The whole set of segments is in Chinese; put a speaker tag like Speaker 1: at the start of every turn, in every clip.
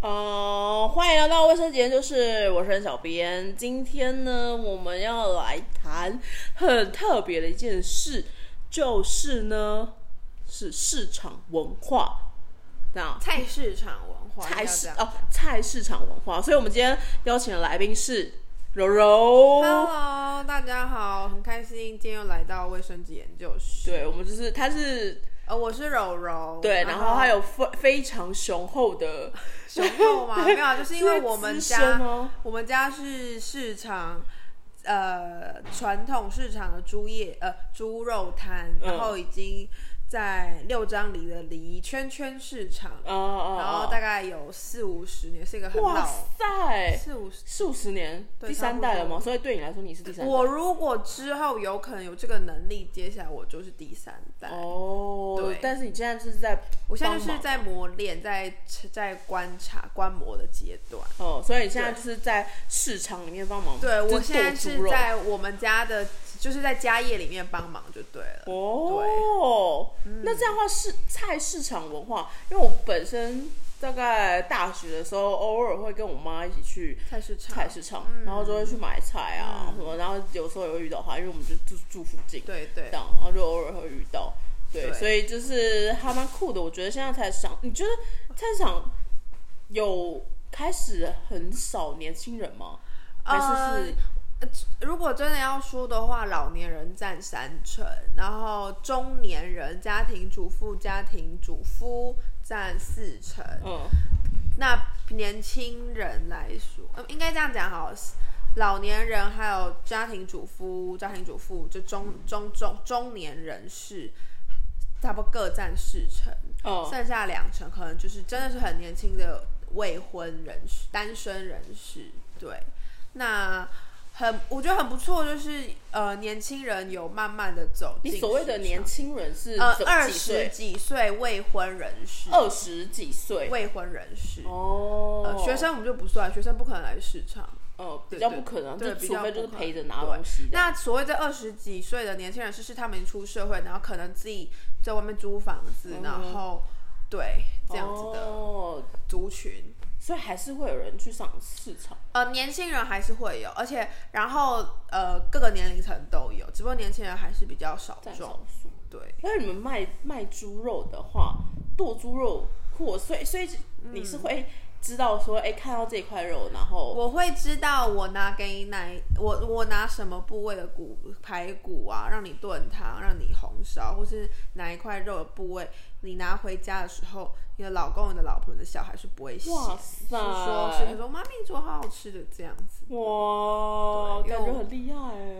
Speaker 1: 哦、欢迎来到卫生间，就是我是小编。今天呢，我们要来谈很特别的一件事，就是呢是市场文化。那
Speaker 2: 菜市场文化，
Speaker 1: 菜
Speaker 2: 要
Speaker 1: 市
Speaker 2: 这样
Speaker 1: 哦，菜市场文化。所以我们今天邀请的来宾是柔柔。
Speaker 2: Hello，大家好，很开心今天又来到卫生纸研究室。
Speaker 1: 对，我们就是她是
Speaker 2: 呃，我是柔柔。
Speaker 1: 对，然后还有非非常雄厚的，
Speaker 2: 熊肉 吗？没有啊， 就是因为我们
Speaker 1: 是资
Speaker 2: 家
Speaker 1: 深哦
Speaker 2: 我们家是市场，呃，传统市场的猪业呃猪肉摊，
Speaker 1: 嗯
Speaker 2: 然后已经在六张里的梨圈圈市场，
Speaker 1: 哦哦，
Speaker 2: 然后大概有四五十年，是一个很
Speaker 1: 哇
Speaker 2: 老
Speaker 1: 塞，
Speaker 2: 四五十。
Speaker 1: 数十年，
Speaker 2: 对
Speaker 1: 第三代了
Speaker 2: 差
Speaker 1: 吗？
Speaker 2: 不多
Speaker 1: 所以对你来说，你是第三代。
Speaker 2: 我如果之后有可能有这个能力，接下来我就是第三代。
Speaker 1: 哦，
Speaker 2: 对
Speaker 1: 但是你现在是在
Speaker 2: 我现在就
Speaker 1: 帮
Speaker 2: 是
Speaker 1: 忙
Speaker 2: 在磨练，在在观察、观摩的阶段。
Speaker 1: 哦，所以你现在就是在市场里面帮忙，
Speaker 2: 对，
Speaker 1: 就是
Speaker 2: 我现在
Speaker 1: 剁猪
Speaker 2: 是
Speaker 1: 肉
Speaker 2: 在我们家的，就是在家业里面帮忙就对了。
Speaker 1: 哦，
Speaker 2: 嗯
Speaker 1: 那这样的话是菜市场文化，因为我本身大概大学的时候，偶尔会跟我妈一起去
Speaker 2: 菜市场，
Speaker 1: 菜市场，
Speaker 2: 嗯
Speaker 1: 然后就会去买菜啊什么，然后有时候也会遇到她，因为我们就住住附近，
Speaker 2: 对对
Speaker 1: 这，样，然后就偶尔会遇到。对，
Speaker 2: 对
Speaker 1: 所以就是还蛮酷的。我觉得现在菜市场，你觉得菜市场有开始很少年轻人吗？
Speaker 2: 呃
Speaker 1: 还是是、
Speaker 2: 如果真的要说的话，老年人占三成，然后中年人、家庭主妇、家庭主夫占四成。
Speaker 1: 嗯
Speaker 2: 那年轻人来说，呃，应该这样讲好了，老年人还有家庭主妇、家庭主妇，就中中中中年人士，差不多各占四成，
Speaker 1: 哦
Speaker 2: 剩下两成可能就是真的是很年轻的未婚人士、单身人士。对，那很我觉得很不错，就是呃，年轻人有慢慢的走进
Speaker 1: 你所谓的
Speaker 2: 市场
Speaker 1: 年轻人是
Speaker 2: 呃
Speaker 1: 怎么
Speaker 2: 二
Speaker 1: 几
Speaker 2: 十
Speaker 1: 岁？
Speaker 2: 几岁未婚人士，
Speaker 1: 二十几岁
Speaker 2: 未婚人士。
Speaker 1: 哦
Speaker 2: 呃，学生我们就不算，学生不可能来市场。
Speaker 1: 呃比
Speaker 2: 对
Speaker 1: 较
Speaker 2: 对
Speaker 1: 不可能，
Speaker 2: 对
Speaker 1: 就
Speaker 2: 比
Speaker 1: 除
Speaker 2: 较
Speaker 1: 非
Speaker 2: 不
Speaker 1: 就是
Speaker 2: 可
Speaker 1: 陪着
Speaker 2: 能
Speaker 1: 拿
Speaker 2: 对
Speaker 1: 东西的。
Speaker 2: 那所谓的二十几岁的年轻人士，是他们已经出社会，然后可能自己在外面租房子，然后对这样子的
Speaker 1: 哦，
Speaker 2: 族群。
Speaker 1: 所以还是会有人去上市场。
Speaker 2: 呃，年轻人还是会有，而且然后呃各个年龄层都有，只不过年轻人还是哦比较少
Speaker 1: 占
Speaker 2: 众
Speaker 1: 少。数。
Speaker 2: 对，
Speaker 1: 那你们卖卖猪肉的话，剁猪肉或所以所以你是会知道说，哎、看到这块肉，然后
Speaker 2: 嗯我会知道我拿给你哪一，我我拿什么部位的骨排骨啊，让你炖汤，让你红烧，或是哪一块肉的部位，你拿回家的时候，你的老公、你的老婆、你的小孩是不会嫌，
Speaker 1: 哇
Speaker 2: 是
Speaker 1: 塞
Speaker 2: 说是说妈咪煮好好吃的这样子。
Speaker 1: 哇，
Speaker 2: 对因为
Speaker 1: 感觉
Speaker 2: 我
Speaker 1: 很厉害哎。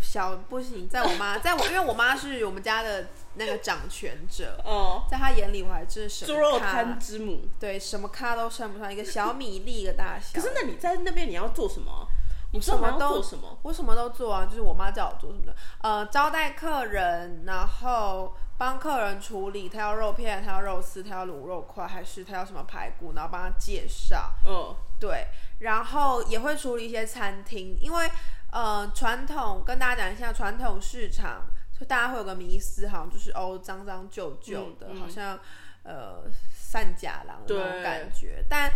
Speaker 2: 小不行，在我妈，在我因为我妈是我们家的那个掌权者，
Speaker 1: 哦，
Speaker 2: 在她眼里我还真是什
Speaker 1: 猪
Speaker 2: 么
Speaker 1: 肉
Speaker 2: 咖
Speaker 1: 摊，之母。
Speaker 2: 对，什么咖都算不上，一个小米粒一个大小。
Speaker 1: 可是那你在那边你要做什么啊？你知道
Speaker 2: 什么
Speaker 1: 你要
Speaker 2: 都
Speaker 1: 做什么？
Speaker 2: 我什么都做啊，就是我妈叫我做什么的，呃，招待客人，然后帮客人处理，他要肉片，他要肉丝，他要卤肉块，还是他要什么排骨，然后帮他介绍，
Speaker 1: 嗯，
Speaker 2: 对，然后也会处理一些餐厅，因为呃，传统跟大家讲一下，传统市场就大家会有个迷思，好像就是哦，脏脏旧旧的，
Speaker 1: 嗯嗯
Speaker 2: 好像呃散假郎的那
Speaker 1: 对
Speaker 2: 种感觉。但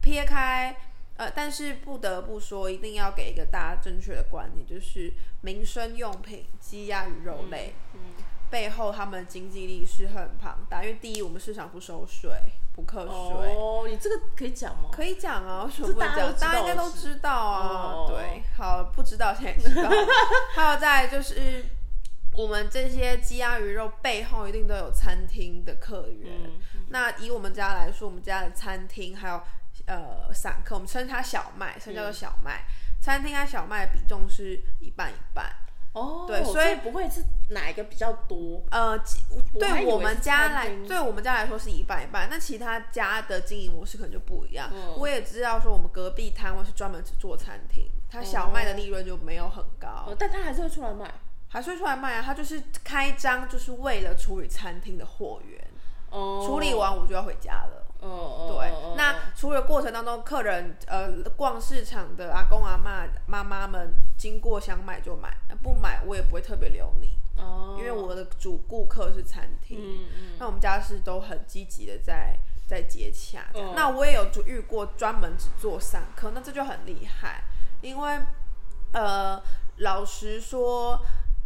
Speaker 2: 撇开呃，但是不得不说，一定要给一个大家正确的观念，就是民生用品鸡鸭鱼肉类、
Speaker 1: 嗯
Speaker 2: 背后他们的经济力是很庞大，因为第一，我们市场不收税，不课税。
Speaker 1: 哦，你这个可以讲吗？
Speaker 2: 可以 讲啊，为什么不能
Speaker 1: 这
Speaker 2: 讲？
Speaker 1: 大
Speaker 2: 大
Speaker 1: 家都知道
Speaker 2: 家应该都知道啊。
Speaker 1: 哦
Speaker 2: 对，好，不知道现在知 道。还有再来就是，我们这些鸡鸭鱼肉背后一定都有餐厅的客源。
Speaker 1: 嗯
Speaker 2: 那以我们家来说，我们家的餐厅还有呃散客，我们称它小麦，称
Speaker 1: 嗯
Speaker 2: 叫做小麦。餐厅和小麦的比重是一半一半。
Speaker 1: 哦，
Speaker 2: 对所以
Speaker 1: 不会是哪一个比较多？
Speaker 2: 呃，
Speaker 1: 我还以为
Speaker 2: 对我们
Speaker 1: 是
Speaker 2: 家
Speaker 1: 餐
Speaker 2: 来，
Speaker 1: 厅
Speaker 2: 对我们家来说是一半一半，那其他家的经营模式可能就不一样。
Speaker 1: 嗯
Speaker 2: 我也知道说我们隔壁摊位是专门只做餐厅，它小卖的利润就没有很高，
Speaker 1: 哦，但他还是会出来卖。
Speaker 2: 还是会出来卖啊。它就是开张就是为了处理餐厅的货源，
Speaker 1: 哦，
Speaker 2: 处理完我就要回家了。
Speaker 1: 哦。哦哦，
Speaker 2: 对，
Speaker 1: 哦
Speaker 2: 那除了过程当中，客人呃逛市场的阿公阿妈妈妈们经过想买就买，不买我也不会特别留你，
Speaker 1: 哦，
Speaker 2: 因为我的主顾客是餐厅。
Speaker 1: 嗯嗯
Speaker 2: 那我们家是都很积极的在在接洽这样。
Speaker 1: 嗯
Speaker 2: 那我也有遇过专门只做散客，那这就很厉害，因为呃，老实说，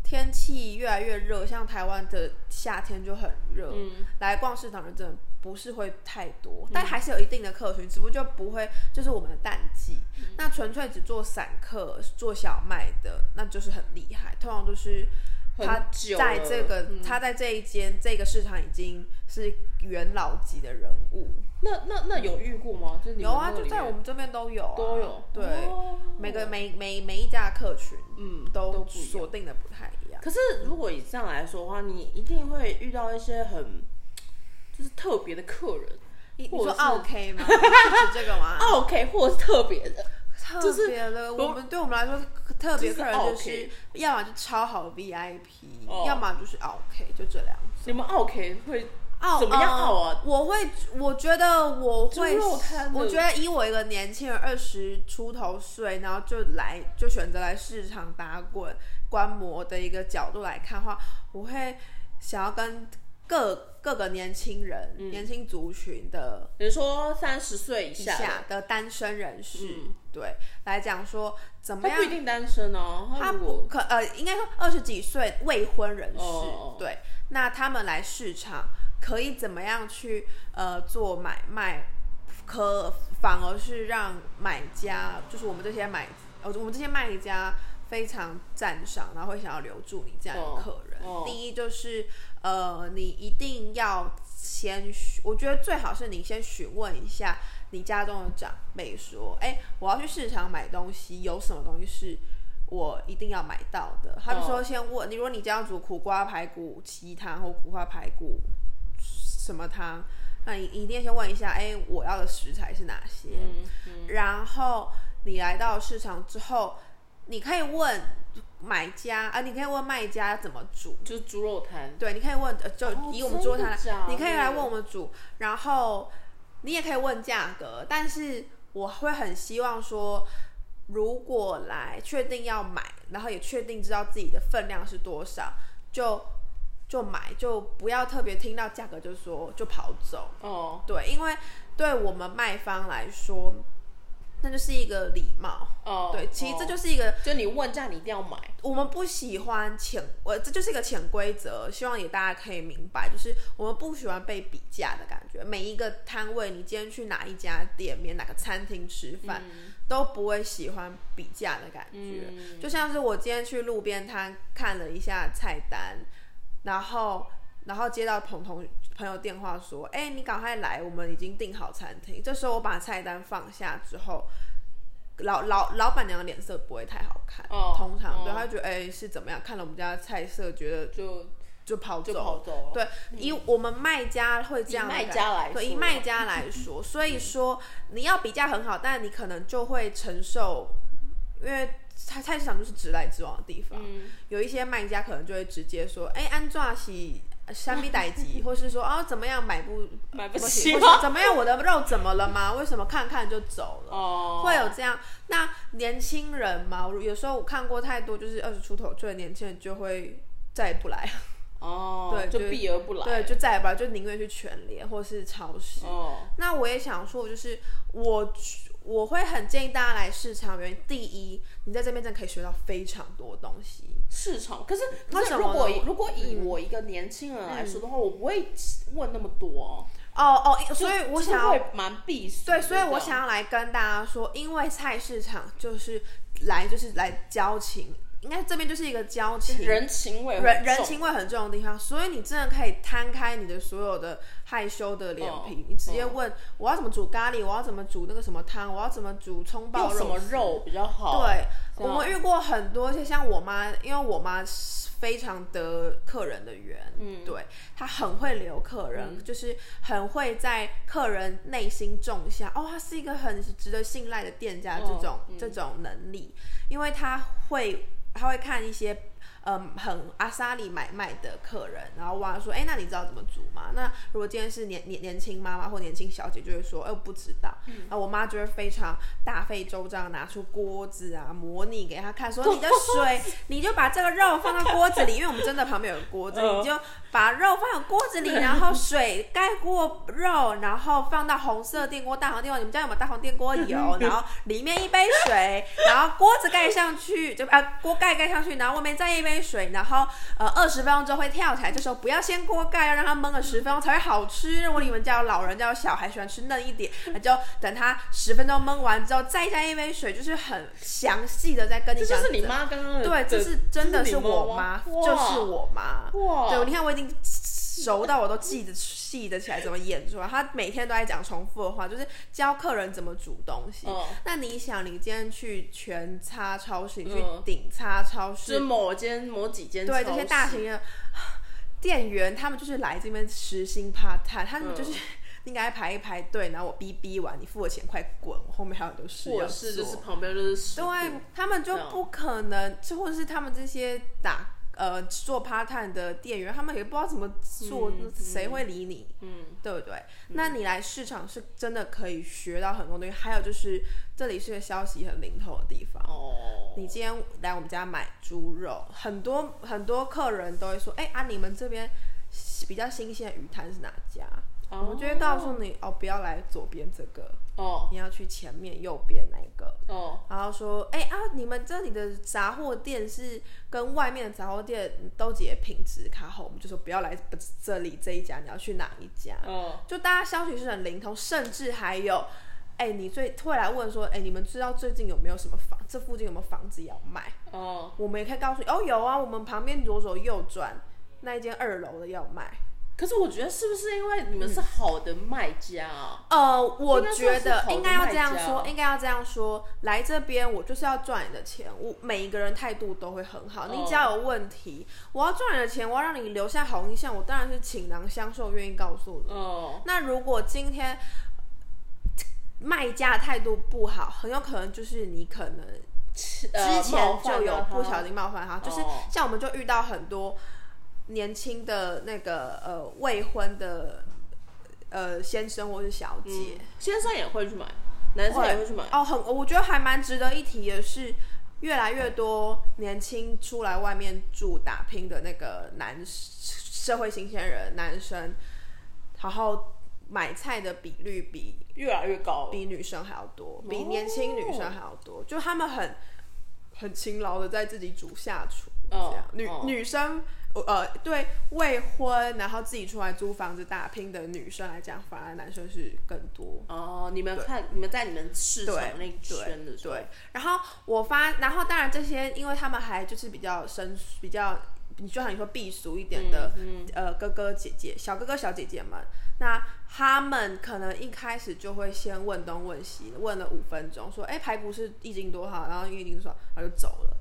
Speaker 2: 天气越来越热，像台湾的夏天就很热，
Speaker 1: 嗯
Speaker 2: 来逛市场的人真的不是会太多，但还是有一定的客群，只不过就不会就是我们的淡季。
Speaker 1: 嗯
Speaker 2: 那纯粹只做散客、做小卖的，那就是很厉害，通常就是。
Speaker 1: 很
Speaker 2: 嗯他
Speaker 1: 久
Speaker 2: 在
Speaker 1: 了
Speaker 2: 这个，
Speaker 1: 嗯
Speaker 2: 他在这一间这个市场已经是元老级的人物，
Speaker 1: 那那那有遇过吗？就是你们
Speaker 2: 有
Speaker 1: 那
Speaker 2: 啊，
Speaker 1: 个
Speaker 2: 就
Speaker 1: 嗯里
Speaker 2: 在我
Speaker 1: 面
Speaker 2: 们这边都有、啊，
Speaker 1: 都有，
Speaker 2: 对，
Speaker 1: 哦
Speaker 2: 每个每每每一家客群，
Speaker 1: 嗯都
Speaker 2: 都
Speaker 1: 不一样
Speaker 2: 锁定的不太一样。
Speaker 1: 可是如果以这样来说的话，你一定会遇到一些很就是特别的客人
Speaker 2: 你你
Speaker 1: 或
Speaker 2: 说
Speaker 1: 者是
Speaker 2: OK 吗？ 是指这个吗？
Speaker 1: ，OK，或者是特别的，
Speaker 2: 特别的，
Speaker 1: 我
Speaker 2: 我们对我们来说，特别客人就
Speaker 1: 就是是 OK
Speaker 2: 要么就超好的 VIP，
Speaker 1: 哦
Speaker 2: 要么就是 OK，就这两种。
Speaker 1: 你们 OK 会
Speaker 2: 傲
Speaker 1: 怎么样傲啊？
Speaker 2: 我会，我觉得我
Speaker 1: 猪
Speaker 2: 会
Speaker 1: 肉摊，的
Speaker 2: 我觉得以我一个年轻人二十出头岁，然后就来就选择来市场打滚观摩的一个角度来看的话，我会想要跟各各个年轻人、
Speaker 1: 嗯
Speaker 2: 年轻族群的
Speaker 1: 比如说三十岁以
Speaker 2: 以
Speaker 1: 下的，
Speaker 2: 下的单身人士，
Speaker 1: 嗯
Speaker 2: 对来讲说怎
Speaker 1: 他
Speaker 2: 么样
Speaker 1: 不一定单身哦，
Speaker 2: 他
Speaker 1: 如
Speaker 2: 不
Speaker 1: 果
Speaker 2: 可呃，应该说二十几岁未婚人士，
Speaker 1: 哦哦哦
Speaker 2: 对，那他们来市场可以怎么样去呃做买卖，可反而是让买家，就是我们这些买呃我们这些卖家非常赞赏，然后会想要留住你这样的客人。
Speaker 1: 哦哦
Speaker 2: 第一就是呃，你一定要先询，我觉得最好是你先询问一下你家中的长辈，说，哎、我要去市场买东西，有什么东西是我一定要买到的？他们说先问你，如果你家要煮苦瓜排骨鸡汤或苦瓜排骨什么汤，那你一定要先问一下，哎、我要的食材是哪些？
Speaker 1: 嗯
Speaker 2: 然后你来到市场之后，你可以问买家啊，你可以问卖家怎么煮。
Speaker 1: 就是猪肉摊，
Speaker 2: 对，你可以问，呃，就
Speaker 1: 哦
Speaker 2: 以我们桌
Speaker 1: 真
Speaker 2: 摊
Speaker 1: 的
Speaker 2: 来，
Speaker 1: 假
Speaker 2: 你可以来
Speaker 1: 的
Speaker 2: 问我们主，然后你也可以问价格，但是我会很希望说，如果来确定要买，然后也确定知道自己的分量是多少，就就买，就不要特别听到价格就说就跑走，
Speaker 1: 哦，
Speaker 2: 对，因为对我们卖方来说，那就是一个礼貌，
Speaker 1: 哦，
Speaker 2: 对，其实这
Speaker 1: 哦
Speaker 2: 就是一个
Speaker 1: 就你问价，你一定要买，
Speaker 2: 我们不喜欢潜，我这就是一个潜规则，希望也大家可以明白，就是我们不喜欢被比价的感觉。每一个摊位，你今天去哪一家店面、哪个餐厅吃饭，都不会喜欢比价的感觉。
Speaker 1: 嗯
Speaker 2: 就像是我今天去路边摊看了一下菜单，然后然后接到同同朋友电话说：“哎、你赶快来，我们已经订好餐厅。”这时候我把菜单放下之后，老老老板娘的脸色不会太好看，
Speaker 1: 哦
Speaker 2: 通常、对
Speaker 1: 哦
Speaker 2: 她觉得哎、是怎么样？看了我们家的菜色，觉得
Speaker 1: 就
Speaker 2: 就跑走
Speaker 1: 就跑走了，
Speaker 2: 对，以我们卖家会这样的
Speaker 1: 以卖
Speaker 2: 感
Speaker 1: 家来
Speaker 2: 对，
Speaker 1: 说
Speaker 2: 以卖家来说，所以说你要比价很好，但你可能就会承受，因为菜菜市场就是直来直往的地方，
Speaker 1: 嗯
Speaker 2: 有一些卖家可能就会直接说，哎、安抓洗。山逼歹 吉，或是说哦怎么样买不
Speaker 1: 买不
Speaker 2: 不
Speaker 1: 起
Speaker 2: 行，
Speaker 1: 吗
Speaker 2: 或是怎么样我的肉怎么了吗？为什么看看就走了？
Speaker 1: 哦，
Speaker 2: 会有这样。那年轻人嘛，我有时候我看过太多，就是二十出头岁的年轻人就会再也不来了
Speaker 1: 哦，
Speaker 2: 对
Speaker 1: 就
Speaker 2: 就
Speaker 1: 避而不来，
Speaker 2: 对，就再也不来，就宁愿去全联或是超市。
Speaker 1: 哦，
Speaker 2: 那我也想说，就是我我会很建议大家来市场，原因第一，你在这边真的可以学到非常多东西。
Speaker 1: 市场。可是，可
Speaker 2: 为
Speaker 1: 是
Speaker 2: 什
Speaker 1: 如
Speaker 2: 么
Speaker 1: 果
Speaker 2: 呢嗯
Speaker 1: 如果以我一个年轻人来说的话，我不会问那么多哦。
Speaker 2: 哦哦，
Speaker 1: 就
Speaker 2: 所以我
Speaker 1: 就是
Speaker 2: 想要
Speaker 1: 会蛮避俗的
Speaker 2: 对，
Speaker 1: 这样，
Speaker 2: 所以我想要来跟大家说，因为菜市场就是来就是来交情，应该这边就是一个交情。
Speaker 1: 人情味很
Speaker 2: 人人
Speaker 1: 重
Speaker 2: 情味很重的地方，所以你真的可以摊开你的所有的害羞的脸皮，
Speaker 1: 哦
Speaker 2: 你直接问、我要怎么煮咖喱，我要怎么煮那个什么汤，我要怎么煮葱爆
Speaker 1: 用
Speaker 2: 肉，
Speaker 1: 什么？肉比较好？
Speaker 2: 对，
Speaker 1: 这样
Speaker 2: 我们遇过很多，就像我妈，因为我妈是非常得客人的缘，
Speaker 1: 嗯
Speaker 2: 对她很会留客人，就是很会在客人内心种下，哦，她是一个很值得信赖的店家，这
Speaker 1: 哦
Speaker 2: 种、
Speaker 1: 嗯
Speaker 2: 这种能力，因为她会，她会看一些。嗯很阿萨里买卖的客人，然后问他说，哎，那你知道怎么煮吗？那如果今天是年年年轻妈妈或年轻小姐，就会说，哎，我不知道。然后我妈就会非常大费周章拿出锅子啊，模拟给她看，说你的水，你就把这个肉放到锅子里，因为我们真的旁边有个锅子，
Speaker 1: 嗯
Speaker 2: 你就把肉放到锅子里，然后水盖过肉，然后放到红色电锅、大红电锅，你们家有没有大红电锅？ 有，然后里面一杯水，然后锅子盖上去，就啊锅盖盖上去，然后外面再一杯水，然后呃二十分钟之后会跳起来，这时候不要先锅盖，要让它焖个十分钟才会好吃。如果你们家有老人家有小孩喜欢吃嫩一点，那就等它十分钟焖完之后再加一杯水，就是很详细的在跟你
Speaker 1: 这
Speaker 2: 讲。
Speaker 1: 就是你妈刚刚的，
Speaker 2: 对，这是真的
Speaker 1: 这
Speaker 2: 是
Speaker 1: 你
Speaker 2: 我妈，就是我妈。
Speaker 1: 哇，
Speaker 2: 对，你看我已经熟到我都记得记得起来怎么演出来。她每天都在讲重复的话，就是教客人怎么煮东西。
Speaker 1: 嗯
Speaker 2: 那你想，你今天去全差超市，你去
Speaker 1: 嗯
Speaker 2: 顶差超
Speaker 1: 就是
Speaker 2: 市，
Speaker 1: 某间某几间
Speaker 2: 对
Speaker 1: 超
Speaker 2: 这
Speaker 1: 市
Speaker 2: 些大型的店员，他们就是来这边实心趴探，他们就是。
Speaker 1: 嗯
Speaker 2: 应该排一排队，然后我逼逼完，你付我钱，快滚！我后面还有很多事
Speaker 1: 或
Speaker 2: 要
Speaker 1: 者是
Speaker 2: 做
Speaker 1: 就是旁边就是食物
Speaker 2: 对他们就
Speaker 1: 这样
Speaker 2: 不可能，就或者是他们这些打呃做 part time 的店员，他们也不知道怎么做，
Speaker 1: 嗯
Speaker 2: 那谁会理你？
Speaker 1: 嗯，
Speaker 2: 对不对？那你来市场是真的可以学到很多东西，还有就是这里是个消息很灵通的地方。
Speaker 1: 哦，
Speaker 2: 你今天来我们家买猪肉，很多很多客人都会说，哎、啊，你们这边比较新鲜的鱼摊是哪家？
Speaker 1: 哦
Speaker 2: 我们就会告诉你，哦，不要来左边这个，
Speaker 1: 哦
Speaker 2: 你要去前面右边那个。
Speaker 1: 哦，
Speaker 2: 然后说，哎、啊，你们这里的杂货店是跟外面的杂货店都结品质卡后，我们就说不要来这里这一家，你要去哪一家？
Speaker 1: 哦，
Speaker 2: 就大家消息是很灵通，甚至还有，哎、你最会来问说，哎、你们知道最近有没有什么房，这附近有没有房子要卖？
Speaker 1: 哦，
Speaker 2: 我们也可以告诉你，哦，有啊，我们旁边左手右转那一间二楼的要卖。
Speaker 1: 可是我觉得是不是因为你们是好的卖家啊？
Speaker 2: 呃，我觉得
Speaker 1: 应
Speaker 2: 应
Speaker 1: 该
Speaker 2: 该
Speaker 1: 算是好的卖家
Speaker 2: 要这样说，应该要这样说。来这边我就是要赚你的钱，我每一个人态度都会很好。你只
Speaker 1: 哦
Speaker 2: 要有问题，我要赚你的钱，我要让你留下好印象，我当然是倾囊相授，愿意告诉你。
Speaker 1: 哦，
Speaker 2: 那如果今天卖家态度不好，很有可能就是你可能
Speaker 1: 之
Speaker 2: 之前就有不小心冒犯他，就是
Speaker 1: 哦
Speaker 2: 像我们就遇到很多年轻的那个呃未婚的呃先生或是小姐，
Speaker 1: 先生也嗯会去买，男生也会去买，
Speaker 2: 哦，很我觉得还蛮值得一提的是。越来越多年轻出来外面住打拼的那个男社会新鲜人男生，然后买菜的比率比
Speaker 1: 越来越高了。
Speaker 2: 比女生还要多，
Speaker 1: 哦
Speaker 2: 比年轻女生还要多，就他们很很勤劳的在自己煮下厨，
Speaker 1: 哦
Speaker 2: 这样女、
Speaker 1: 哦
Speaker 2: 女生。呃，对未婚然后自己出来租房子打拼的女生来讲，反而男生是更多。
Speaker 1: 哦，你们看，你们在你们市场那一圈的时候
Speaker 2: 对，，然后我发，然后当然这些，因为他们还就是比较生疏，比较，你就像你说避俗一点的，
Speaker 1: 嗯
Speaker 2: 呃，哥哥姐姐、小哥哥小姐姐们，那他们可能一开始就会先问东问西，问了五分钟，说，哎，排骨是一斤多少，然后一斤多少，然后就哦走
Speaker 1: 嗯
Speaker 2: 了。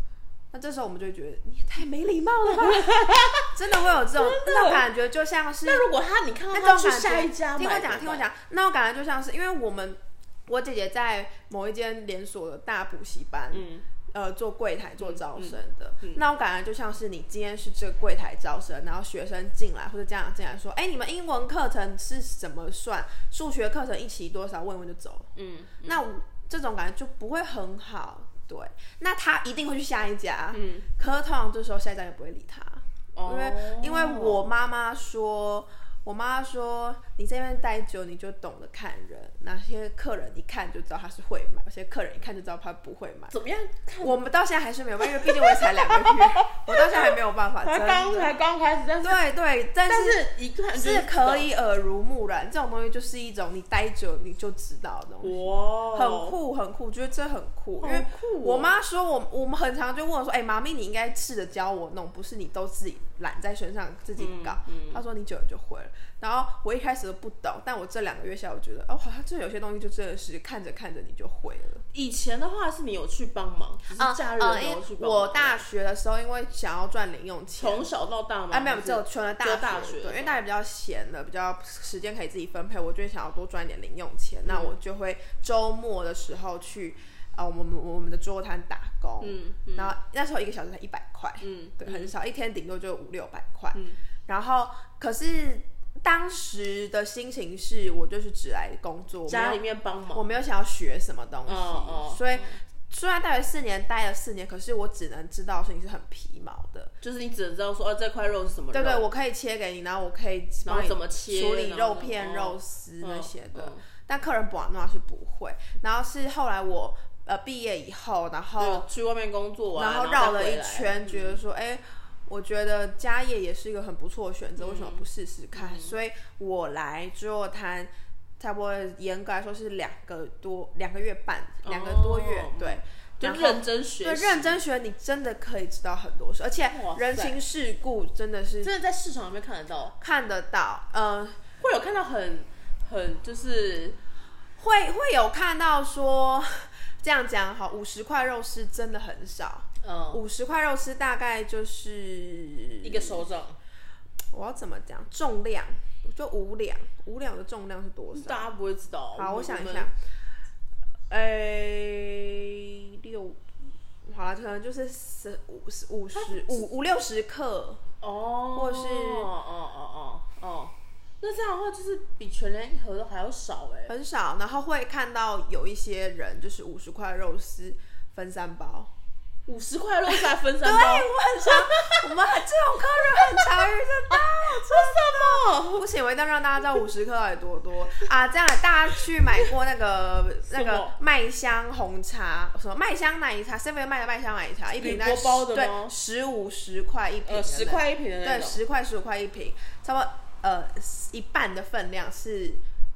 Speaker 2: 那这时候我们就会觉得你也太没礼貌了吧！ 真的会 有这种那种感觉，就像是
Speaker 1: 那如果他你看到
Speaker 2: 那
Speaker 1: 他
Speaker 2: 种
Speaker 1: 去
Speaker 2: 感觉
Speaker 1: 下一家买，
Speaker 2: 听我讲，听我，讲，那我感觉就像是，因为我们我姐姐在某一间连锁的大补习班，
Speaker 1: 嗯，
Speaker 2: 呃，做柜台做招生的，那我感觉就像是你今天是这个柜台招生，然后学生进来或者家长进来说，哎、你们英文课程是怎么算？数学课程一期多少？问一问就走了。
Speaker 1: 嗯，
Speaker 2: 那我这种感觉就不会很好。对，那他一定会去下一家，
Speaker 1: 嗯，
Speaker 2: 可是通常这时候下一家也不会理他，因为、
Speaker 1: 哦
Speaker 2: 因为我妈妈说，我妈妈说你在那边待久，你就懂得看人，哪些客人一看就知道他是会买，有些客人一看就知道他不会买。
Speaker 1: 怎么样？看
Speaker 2: 我们到现在还是没有办法，因为毕竟我也才两个月，我到现在还没有办法。
Speaker 1: 才
Speaker 2: 真
Speaker 1: 刚
Speaker 2: 的，
Speaker 1: 才刚开始，但是
Speaker 2: 对对，但
Speaker 1: 但
Speaker 2: 是
Speaker 1: 是一看就是知道
Speaker 2: 可以耳濡目染，这种东西就是一种你待久你就知道的东西。
Speaker 1: 哇，
Speaker 2: 很酷，很酷，觉得这很酷，因为
Speaker 1: 好酷哦
Speaker 2: 我妈说我，我们很常就问我说，哎、妈咪，你应该试着教我弄，不是你都自己揽在身上自己搞。她说你久了就会了。然后我一开始都不懂，但我这两个月下来，我觉得哦，好像这有些东西就真的是看着看着你就会了。
Speaker 1: 以前的话是你有去帮忙，只是
Speaker 2: 啊
Speaker 1: 假日
Speaker 2: 呃
Speaker 1: 的
Speaker 2: 因
Speaker 1: 时
Speaker 2: 为
Speaker 1: 候去帮忙。
Speaker 2: 我大学的时候，因为想要赚零用钱，
Speaker 1: 从小到大吗？
Speaker 2: 啊，没有，
Speaker 1: 还是
Speaker 2: 只有存了大
Speaker 1: 只
Speaker 2: 学，
Speaker 1: 有大学
Speaker 2: 对，因为大学比较闲的，比较时间
Speaker 1: 嗯
Speaker 2: 可以自己分配，我就会想要多赚一点零用钱，那我就会周末的时候去。呃，我们我们的桌摊打工，
Speaker 1: 嗯
Speaker 2: 然后那时候一个小时才一百块，
Speaker 1: 嗯，
Speaker 2: 对，很少，一天顶多就五六百块。
Speaker 1: 嗯
Speaker 2: 然后可是当时的心情是我就是只来工作，我没
Speaker 1: 家
Speaker 2: 有
Speaker 1: 里面帮忙，
Speaker 2: 我没有想要学什么东西，
Speaker 1: 哦哦
Speaker 2: 所以虽然大学四年待了四年，可是我只能知道的事情是很皮毛的。
Speaker 1: 就是你只能知道说，哦、这块肉是什么肉，
Speaker 2: 对对，我可以切给你，然后我可以
Speaker 1: 然后
Speaker 2: 帮你
Speaker 1: 怎么切
Speaker 2: 处理
Speaker 1: 然后
Speaker 2: 肉片、
Speaker 1: 哦
Speaker 2: 肉丝那些的。
Speaker 1: 嗯嗯
Speaker 2: 但客人不那是不会。然后是后来我呃毕业以后，然后
Speaker 1: 对去外面工作啊，
Speaker 2: 然
Speaker 1: 然
Speaker 2: 后绕了
Speaker 1: 再回
Speaker 2: 一
Speaker 1: 来嗯
Speaker 2: 圈，觉得说，哎、我觉得家业也是一个很不错的选择，为什么
Speaker 1: 嗯
Speaker 2: 不试试看？所以我来桌摊，差不多严格来说是两个多两个月半，两个多月，
Speaker 1: 哦
Speaker 2: 对，
Speaker 1: 就
Speaker 2: 然后
Speaker 1: 认真学习，
Speaker 2: 对认真学，你真的可以知道很多事，而且
Speaker 1: 哇塞
Speaker 2: 人情世故真的是
Speaker 1: 真的在市场里面看得到，
Speaker 2: 看得到，嗯、
Speaker 1: 会有看到很很就是
Speaker 2: 会会有看到说。这样讲好，五十块肉丝真的很少，
Speaker 1: 嗯
Speaker 2: 五十块肉丝大概就是
Speaker 1: 一个手掌，
Speaker 2: 我要怎么讲？重量就五两，五两的重量是多少？
Speaker 1: 大家不会知道。
Speaker 2: 好，我想一
Speaker 1: 们
Speaker 2: 下，，诶、六，好了，可能就是十五十五十五五六十克，
Speaker 1: 哦，
Speaker 2: 或是
Speaker 1: 哦哦哦哦，那这样的话就是比全年一盒都还要少哎、
Speaker 2: 很少。然后会看到有一些人就是五十块肉丝分三包，
Speaker 1: 五十块肉才分
Speaker 2: 对
Speaker 1: 三
Speaker 2: 我
Speaker 1: 包，
Speaker 2: 很常，我们很这种客人很常遇得到。
Speaker 1: 为什么？
Speaker 2: 不行，我一定要让大家知道五十克到底多多啊！这样大家去买过那个那
Speaker 1: 什
Speaker 2: 个
Speaker 1: 么
Speaker 2: 麦香红茶，什么麦香奶茶，seven 卖的麦香奶茶，一瓶大概
Speaker 1: 铝箔包的
Speaker 2: 对
Speaker 1: 吗
Speaker 2: 十五十块一瓶，
Speaker 1: 呃，十，块一瓶的那
Speaker 2: 对，
Speaker 1: 种，
Speaker 2: 十块十五块一瓶，差不多呃一半的分量是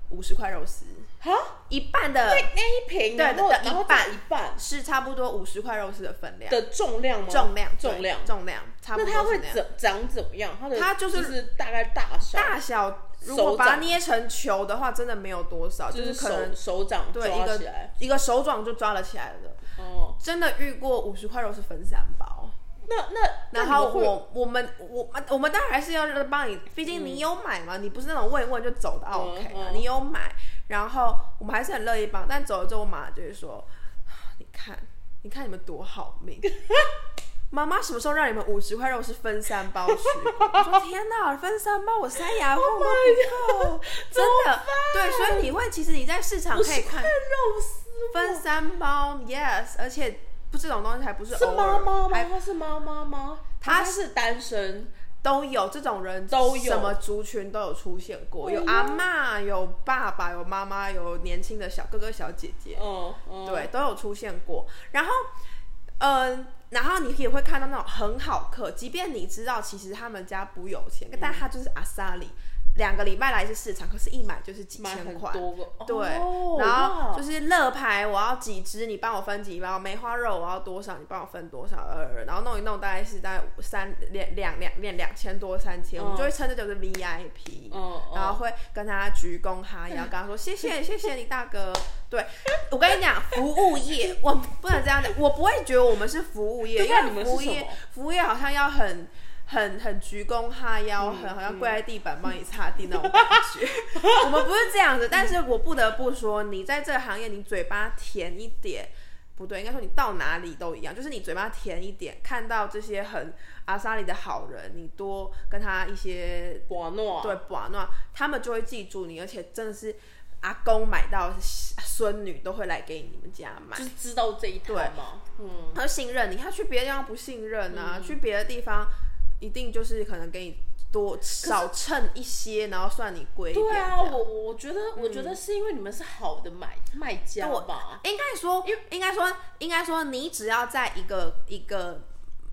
Speaker 2: 五十块肉丝，
Speaker 1: 啊，
Speaker 2: 一半的
Speaker 1: 那那一瓶，
Speaker 2: 对
Speaker 1: 然后
Speaker 2: 的
Speaker 1: 然后
Speaker 2: 一半
Speaker 1: 这一半
Speaker 2: 是差不多五十块肉丝的分量，
Speaker 1: 的重量吗？
Speaker 2: 重量对
Speaker 1: 重量。
Speaker 2: 重量差不
Speaker 1: 那
Speaker 2: 多
Speaker 1: 它
Speaker 2: 是
Speaker 1: 会
Speaker 2: 那样。
Speaker 1: 怎长怎么样？它的
Speaker 2: 它
Speaker 1: 就
Speaker 2: 就是
Speaker 1: 大概大小，
Speaker 2: 大小如
Speaker 1: 手
Speaker 2: 果把它
Speaker 1: 掌
Speaker 2: 捏成球的话，真的没有多少，
Speaker 1: 就是
Speaker 2: 可能
Speaker 1: 手手掌
Speaker 2: 对一
Speaker 1: 抓起
Speaker 2: 个
Speaker 1: 来。
Speaker 2: 一个手掌就抓了起来了。
Speaker 1: 哦，
Speaker 2: 真的遇过五十块肉是分三包，
Speaker 1: 那那那
Speaker 2: 然
Speaker 1: 你
Speaker 2: 后
Speaker 1: 们会
Speaker 2: 我我们我啊我们当然还是要帮你，毕竟你有买嘛，你不是那种问一问就走的 OK 啊，
Speaker 1: 嗯
Speaker 2: 你有买，然后我们还是很乐意帮，但走了之后我妈妈就会说， 啊你看你看你们多好 命。妈妈什么时候让你们五十块肉是分三包吃？ 我说天哪，分三包我塞牙缝
Speaker 1: Oh
Speaker 2: 都不够，真的。对，所以你会其实你在市场可以看
Speaker 1: 肉丝
Speaker 2: 分三包，yes，而且不这种东西还不是
Speaker 1: 是
Speaker 2: 偶
Speaker 1: 妈
Speaker 2: 尔
Speaker 1: 妈吗？
Speaker 2: 还
Speaker 1: 她是妈妈吗？
Speaker 2: 她
Speaker 1: 她是单身，
Speaker 2: 都有这种人
Speaker 1: 都有
Speaker 2: 什么族群都有出现过，
Speaker 1: 哎呀
Speaker 2: 有阿嬷，有爸爸，有妈妈，有年轻的小哥哥小姐姐，
Speaker 1: 嗯嗯，
Speaker 2: 对，都有出现过。然后，嗯、然后你也会看到那种很好客，即便你知道其实他们家不有钱，
Speaker 1: 嗯
Speaker 2: 但他就是阿萨里，两个礼拜来一次市场，可是一买就是几
Speaker 1: 买很
Speaker 2: 千块。
Speaker 1: 多个，哦
Speaker 2: 对，然后
Speaker 1: 哇
Speaker 2: 就是乐牌，我要几支，你帮我分几包；梅花肉我要多少，你帮我分多少。呃，然后弄一弄，大概是大概五三两两两两两千多三千，我们就会称这就是
Speaker 1: 嗯
Speaker 2: VIP，、
Speaker 1: 嗯
Speaker 2: 然后会跟他鞠躬哈腰，跟他说 谢谢谢谢你大哥。对，我跟你讲，服务业我不能这样讲，我不会觉得我们是服务业，
Speaker 1: 对啊
Speaker 2: 因
Speaker 1: 你
Speaker 2: 为
Speaker 1: 们
Speaker 2: 服务
Speaker 1: 是什
Speaker 2: 业
Speaker 1: 么
Speaker 2: 服务业好像要很。很很鞠躬哈
Speaker 1: 嗯
Speaker 2: 腰，很好像跪在地板帮你擦地那种感觉。 我们不是这样子，但是我不得不说，你在这个行业，你嘴巴甜一点，不对，应该说你到哪里都一样，就是你嘴巴甜一点，看到这些很阿萨里的好人，你多跟他一些
Speaker 1: 瓦诺，
Speaker 2: 对把那，他们就会记住你，而且真的是阿公买到孙女都会来给你们家买
Speaker 1: 就。是知道这一套
Speaker 2: 对
Speaker 1: 嘛，嗯，
Speaker 2: 他信任你，他去别的地方不信任啊，去别的地方一定就是可能给你多少称一些，然后算你贵一点这
Speaker 1: 对
Speaker 2: 样。
Speaker 1: 啊，我我觉得我觉得是因为你们是好的买卖家
Speaker 2: 但我
Speaker 1: 吧，
Speaker 2: 应该说，应该说，应该说，你只要在一个一个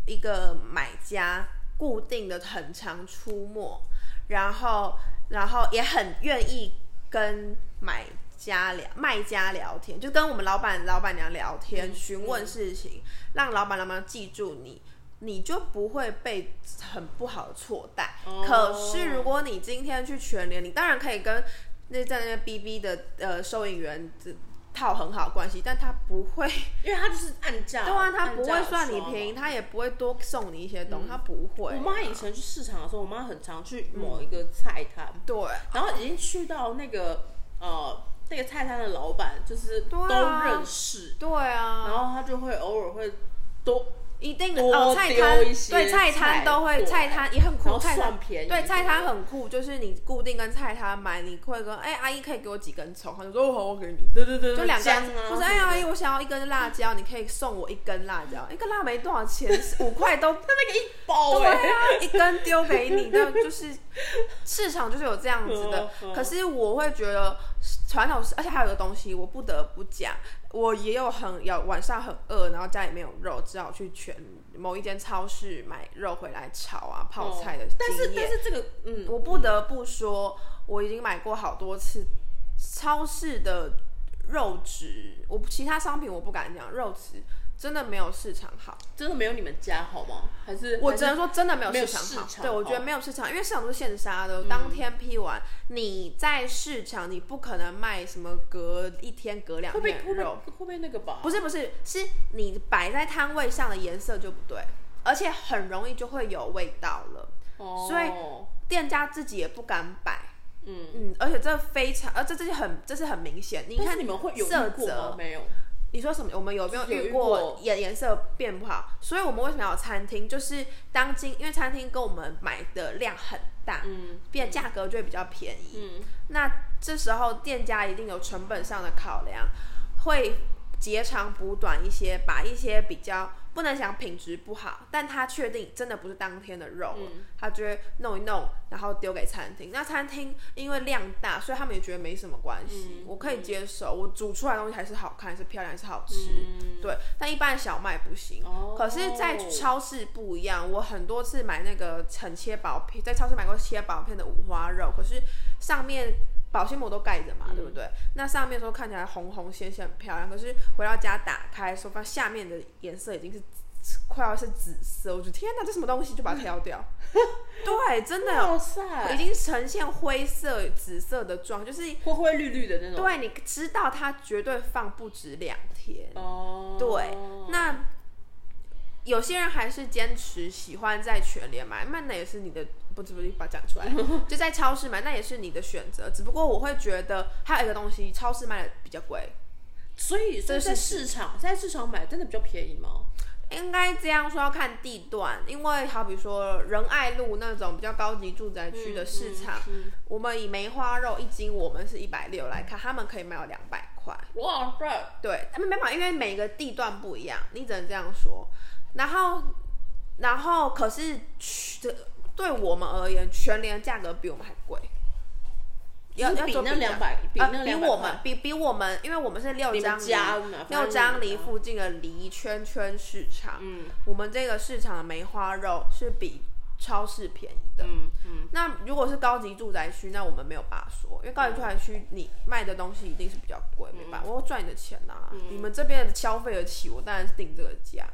Speaker 2: 一个买家固定的很常出没，然后然后也很愿意跟买家聊卖家聊天，就跟我们老板老板娘聊天，
Speaker 1: 嗯
Speaker 2: 询问事情，让老板老板娘记住你。你就不会被很不好的错待。
Speaker 1: 哦
Speaker 2: 可是如果你今天去全联，你当然可以跟那在那边逼逼的呃收银员套很好的关系，但他不 会，
Speaker 1: 因为他就是按价，
Speaker 2: 对啊，他不会算你便
Speaker 1: 宜。
Speaker 2: 宜，啊他也不会多送你一些东西，他不会。
Speaker 1: 我妈以前去市场的时候，
Speaker 2: 嗯
Speaker 1: 我妈很常去某一个菜摊，
Speaker 2: 对，
Speaker 1: 然后已经去到那个呃那个菜摊的老板就是
Speaker 2: 对
Speaker 1: 都
Speaker 2: 啊
Speaker 1: 认识，
Speaker 2: 对啊，
Speaker 1: 然后他就会偶尔会多
Speaker 2: 一定
Speaker 1: 多
Speaker 2: 哦，菜
Speaker 1: 丢
Speaker 2: 摊
Speaker 1: 一些
Speaker 2: 对菜摊
Speaker 1: 菜
Speaker 2: 都会，
Speaker 1: 过
Speaker 2: 菜摊也很
Speaker 1: 然
Speaker 2: 酷，
Speaker 1: 后
Speaker 2: 菜
Speaker 1: 算
Speaker 2: 摊
Speaker 1: 便宜，
Speaker 2: 对菜摊很酷，就是你固定跟菜摊买，你会跟哎、阿姨可以给我几根葱，他就说哦好我给你，
Speaker 1: 对对对，对
Speaker 2: 就两根，
Speaker 1: 姜啊，
Speaker 2: 或者哎阿姨我想要一根辣椒，你可以送我一根辣椒，一根辣没多 少钱，五块都
Speaker 1: 他那个一包
Speaker 2: 对
Speaker 1: 哎、
Speaker 2: 啊，一根丢给你，那就是市场就是有这样子的
Speaker 1: 嗯。嗯
Speaker 2: 可是我会觉得传统是，而且还有个东西我不得不讲，我也有很要晚上很饿，然后家里没有肉，只好去全某一间超市买肉回来炒啊泡菜的
Speaker 1: 哦但是
Speaker 2: 经
Speaker 1: 但
Speaker 2: 验。
Speaker 1: 是这个嗯，
Speaker 2: 我不得不说，我已经买过好多次超市的肉质，我其他商品我不敢讲，肉质真的没有市场好。
Speaker 1: 真的没有你们家好吗？还是
Speaker 2: 我
Speaker 1: 还是
Speaker 2: 只能说真的没有
Speaker 1: 没有
Speaker 2: 市
Speaker 1: 市
Speaker 2: 场好。
Speaker 1: 场
Speaker 2: 对，我
Speaker 1: 好嗯
Speaker 2: 觉得没有市场，因为市场都是现杀的，当天批完，你在市场你不可能卖什么隔一天、隔两
Speaker 1: 会被会
Speaker 2: 天的
Speaker 1: 被
Speaker 2: 肉，
Speaker 1: 会被那个吧？
Speaker 2: 不是不是，是你摆在摊位上的颜色就不对，而且很容易就会有味道了。
Speaker 1: 哦，
Speaker 2: 所以店家自己也不敢摆，
Speaker 1: 嗯，
Speaker 2: 嗯，而且这非常，呃，这这是很这是很明显，你
Speaker 1: 但
Speaker 2: 看
Speaker 1: 是你们会有
Speaker 2: 色
Speaker 1: 遇过吗
Speaker 2: 泽？，
Speaker 1: 没有，
Speaker 2: 你说什么？我们有没有
Speaker 1: 就是有
Speaker 2: 遇
Speaker 1: 遇过
Speaker 2: 过颜颜色变不好？所以我们为什么要有餐厅？就是当今，因为餐厅跟我们买的量很大，
Speaker 1: 嗯
Speaker 2: 变价格就会比较便宜。
Speaker 1: 嗯，
Speaker 2: 那这时候店家一定有成本上的考量，会截长补短一些，把一些比较不能讲品质不好，但他确定真的不是当天的肉了，
Speaker 1: 嗯
Speaker 2: 他就会弄一弄，然后丢给餐厅。那餐厅因为量大，所以他们也觉得没什么关系，
Speaker 1: 嗯
Speaker 2: 我可以接受，我煮出来的东西还是好看，是漂亮，还是好吃。
Speaker 1: 嗯
Speaker 2: 对，但一般的小卖不行。
Speaker 1: 哦
Speaker 2: 可是，在超市不一样，我很多次买那个很切薄片，在超市买过切薄片的五花肉，可是上面保鲜膜都盖着嘛，对不对？那上面说看起来红红鲜鲜，很漂亮，可是回到家打开，说发现下面的颜色已经是快要是紫色，我觉得天哪，这什么东西，就把它挑掉。对，真的
Speaker 1: 哇
Speaker 2: 已
Speaker 1: 塞，
Speaker 2: 经呈现灰色、紫色的状，就是
Speaker 1: 灰灰绿绿的那种，
Speaker 2: 对，你知道它绝对放不止两天。
Speaker 1: 哦，
Speaker 2: 对，那有些人还是坚持喜欢在全联买，那那也是你的，不是不是把它讲出来，就在超市买，那也是你的选择。只不过我会觉得还有一个东西，超市卖的比较贵，
Speaker 1: 所以所以在
Speaker 2: 这是
Speaker 1: 市场在市场买真的比较便宜吗？
Speaker 2: 应该这样说要看地段，因为好比说仁爱路那种比较高级住宅区的市场，我们以梅花肉一斤我们是一百六来看，他们可以卖到两百块。
Speaker 1: 哇塞，
Speaker 2: 对，他们没办法，因为每个地段不一样，你只能这样说。然后，然后可是全对我们而言，全联价格比我们还贵。要
Speaker 1: 就是
Speaker 2: 要
Speaker 1: 比
Speaker 2: 做
Speaker 1: 那
Speaker 2: 较
Speaker 1: 两百比
Speaker 2: 啊
Speaker 1: 那
Speaker 2: 比
Speaker 1: 两
Speaker 2: 我们比比我们，因为我们是六
Speaker 1: 你们
Speaker 2: 张犁
Speaker 1: 家嘛反
Speaker 2: 六
Speaker 1: 正
Speaker 2: 张
Speaker 1: 你
Speaker 2: 犁
Speaker 1: 们家
Speaker 2: 附近的犁圈圈市场，
Speaker 1: 嗯
Speaker 2: 我们这个市场的梅花肉是比超市便宜的。
Speaker 1: 嗯嗯，
Speaker 2: 那如果是高级住宅区，那我们没有办法说，因为高级住宅区你卖的东西一定是比较贵，没
Speaker 1: 嗯
Speaker 2: 办法，我赚你的钱呐、啊你们这边消费得起，我当然是定这个价。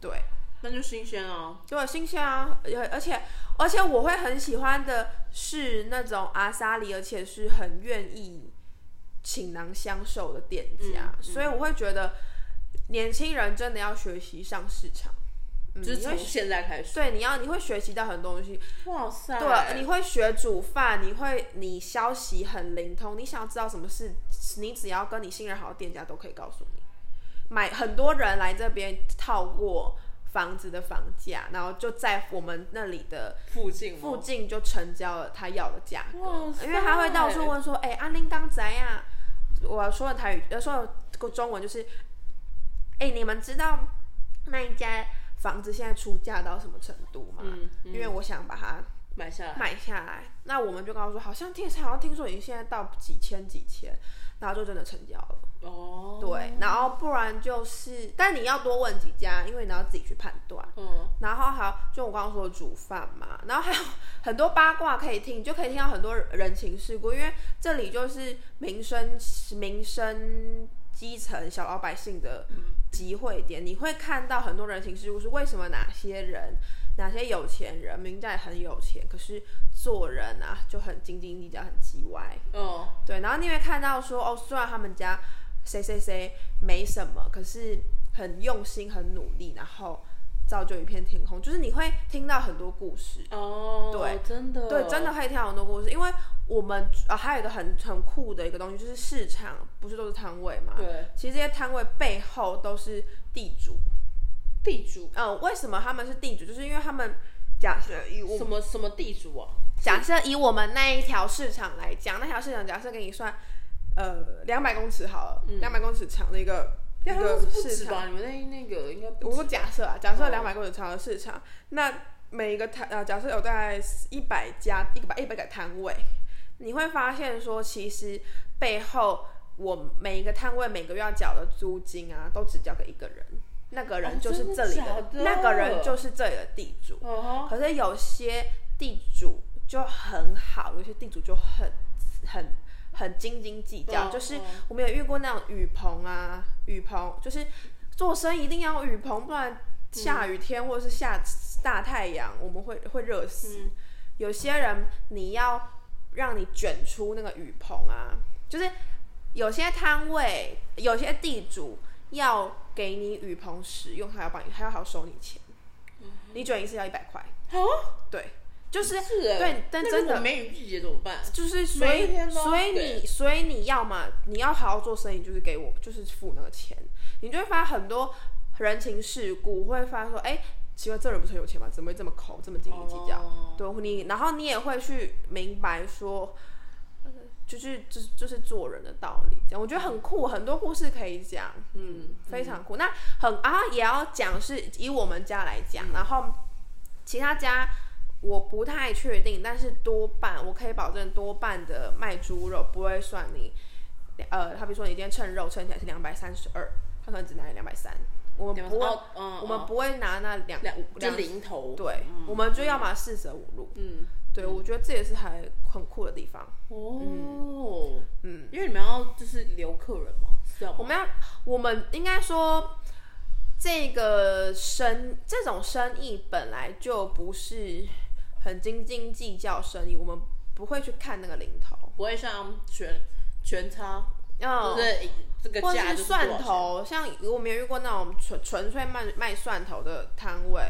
Speaker 2: 对，
Speaker 1: 那就新鲜啊，
Speaker 2: 就很新鲜啊，而而且而且我会很喜欢的是那种阿萨里，而且是很愿意倾囊相授的店家，
Speaker 1: 嗯嗯
Speaker 2: 所以我会觉得年轻人真的要学习上市场，嗯、
Speaker 1: 就是
Speaker 2: 你会
Speaker 1: 从现在开始，
Speaker 2: 对你要你会学习到很多东西，
Speaker 1: 哇塞，
Speaker 2: 对，啊你会学煮饭，你会你消息很灵通，你想要知道什么事，你只要跟你信任好的店家都可以告诉你。买很多人来这边套过房子的房价，然后就在我们那里的
Speaker 1: 附近吗
Speaker 2: 附近就成交了他要的价格
Speaker 1: 哇，塞
Speaker 2: 因为他会到处问说：“哎、阿林刚宅呀、我说的台语，呃，说的中文就是：“哎、你们知道那一家房子现在出价到什么程度吗？
Speaker 1: 嗯嗯
Speaker 2: 因为我想把它
Speaker 1: 买下来，
Speaker 2: 买下来，那我们就跟他说，好像听好像听说已经现在到几千几千，然后就真的成交了。
Speaker 1: 哦，
Speaker 2: 对，然后不然就是，但你要多问几家，因为你要自己去判断。
Speaker 1: 嗯。
Speaker 2: 然后还有，就我刚刚说的煮饭嘛，然后还有很多八卦可以听，你就可以听到很多人情世故，因为这里就是民生民生基层小老百姓的集会点，你会看到很多人情世故，是为什么哪些人。哪些有钱人明明在很有钱，可是做人啊就很斤斤计较，很叽歪。
Speaker 1: 哦，
Speaker 2: 对，然后你会看到说，哦，虽然他们家谁谁谁没什么，可是很用心、很努力，然后造就一片天空，就是你会听到很多故事。
Speaker 1: 哦，
Speaker 2: 对，
Speaker 1: 真的，
Speaker 2: 对，真的可以听到很多故事，因为我们呃还有一个很很酷的一个东西，就是市场不是都是摊位嘛？
Speaker 1: 对，
Speaker 2: 其实这些摊位背后都是地主。
Speaker 1: 地主
Speaker 2: 嗯、为什么他们是地主？就是因为他们假设以我
Speaker 1: 什么什么地主啊？
Speaker 2: 假设以我们那一条市场来讲，那条市场假设给你算呃两百公尺好了，
Speaker 1: 嗯
Speaker 2: 两百、公尺长的一个一
Speaker 1: 那
Speaker 2: 个
Speaker 1: 是不
Speaker 2: 市
Speaker 1: 止
Speaker 2: 场。
Speaker 1: 吧？你们那那个应该不
Speaker 2: 我
Speaker 1: 止
Speaker 2: 说假设啊，假设
Speaker 1: 哦
Speaker 2: 两百公尺长的市场，那每一个摊呃，假设有大概一百家一百一百个摊位，你会发现说，其实背后我每一个摊位每个月要缴的租金啊，都只交给一个人，那个
Speaker 1: 哦
Speaker 2: 人就是
Speaker 1: 真的
Speaker 2: 这里
Speaker 1: 假的
Speaker 2: 那个人就是这里的地主。
Speaker 1: 哦
Speaker 2: 可是有些地主就很好，有些地主就很很很斤斤计较，
Speaker 1: 嗯
Speaker 2: 就是
Speaker 1: 嗯
Speaker 2: 我们有遇过那种雨棚啊，雨棚就是做生意一定要有雨棚，不然下雨天或者是下大太阳，我们会会热死。
Speaker 1: 嗯
Speaker 2: 有些人你要让你卷出那个雨棚啊，就是有些摊位，有些地主要给你雨棚使用，还要帮你，还要还要收你钱。
Speaker 1: 嗯
Speaker 2: 你卷一次要一百块，
Speaker 1: 好啊，
Speaker 2: 对，就是
Speaker 1: 是欸
Speaker 2: 对，但
Speaker 1: 那
Speaker 2: 真
Speaker 1: 如果
Speaker 2: 的
Speaker 1: 梅雨季节怎么办？
Speaker 2: 就是所
Speaker 1: 每一
Speaker 2: 以
Speaker 1: 天都要
Speaker 2: 所以
Speaker 1: 给
Speaker 2: 你所以你要嘛，你要好好做生意，就是给我就是付那个钱，你就会发现很多人情世故，会发现说，哎、奇怪，这人不是很有钱吗？怎么会这么抠，这么斤斤计较？
Speaker 1: 哦
Speaker 2: 对你，然后你也会去明白说，呃就是就是就是做人的道理。这样我觉得很酷，很多故事可以讲，
Speaker 1: 嗯，
Speaker 2: 非常酷。那很啊，也要讲是以我们家来讲，
Speaker 1: 嗯
Speaker 2: 然后其他家我不太确定，但是多半我可以保证，多半的卖猪肉不会算你，呃，好比说你今天称肉称起来是两百三十二，他可能只拿你两百三，我们不会，
Speaker 1: 哦嗯
Speaker 2: 我们
Speaker 1: 嗯
Speaker 2: 不会拿那两
Speaker 1: 两就
Speaker 2: 两
Speaker 1: 零头，
Speaker 2: 对，
Speaker 1: 嗯
Speaker 2: 我们就要么四舍五入。
Speaker 1: 嗯，
Speaker 2: 对，我觉得这也是还很酷的地方。
Speaker 1: 哦，
Speaker 2: 嗯，
Speaker 1: 因为你们要就是留客人嘛，是要
Speaker 2: 我们要，我们应该说，这个生这种生意本来就不是很斤斤计较生意，我们不会去看那个零头，
Speaker 1: 不会像全全差，
Speaker 2: 嗯，
Speaker 1: 就是这个
Speaker 2: 或者
Speaker 1: 价
Speaker 2: 是
Speaker 1: 就是
Speaker 2: 蒜
Speaker 1: 多少钱，
Speaker 2: 头，像我们有遇过那种纯纯粹卖卖蒜头的摊位，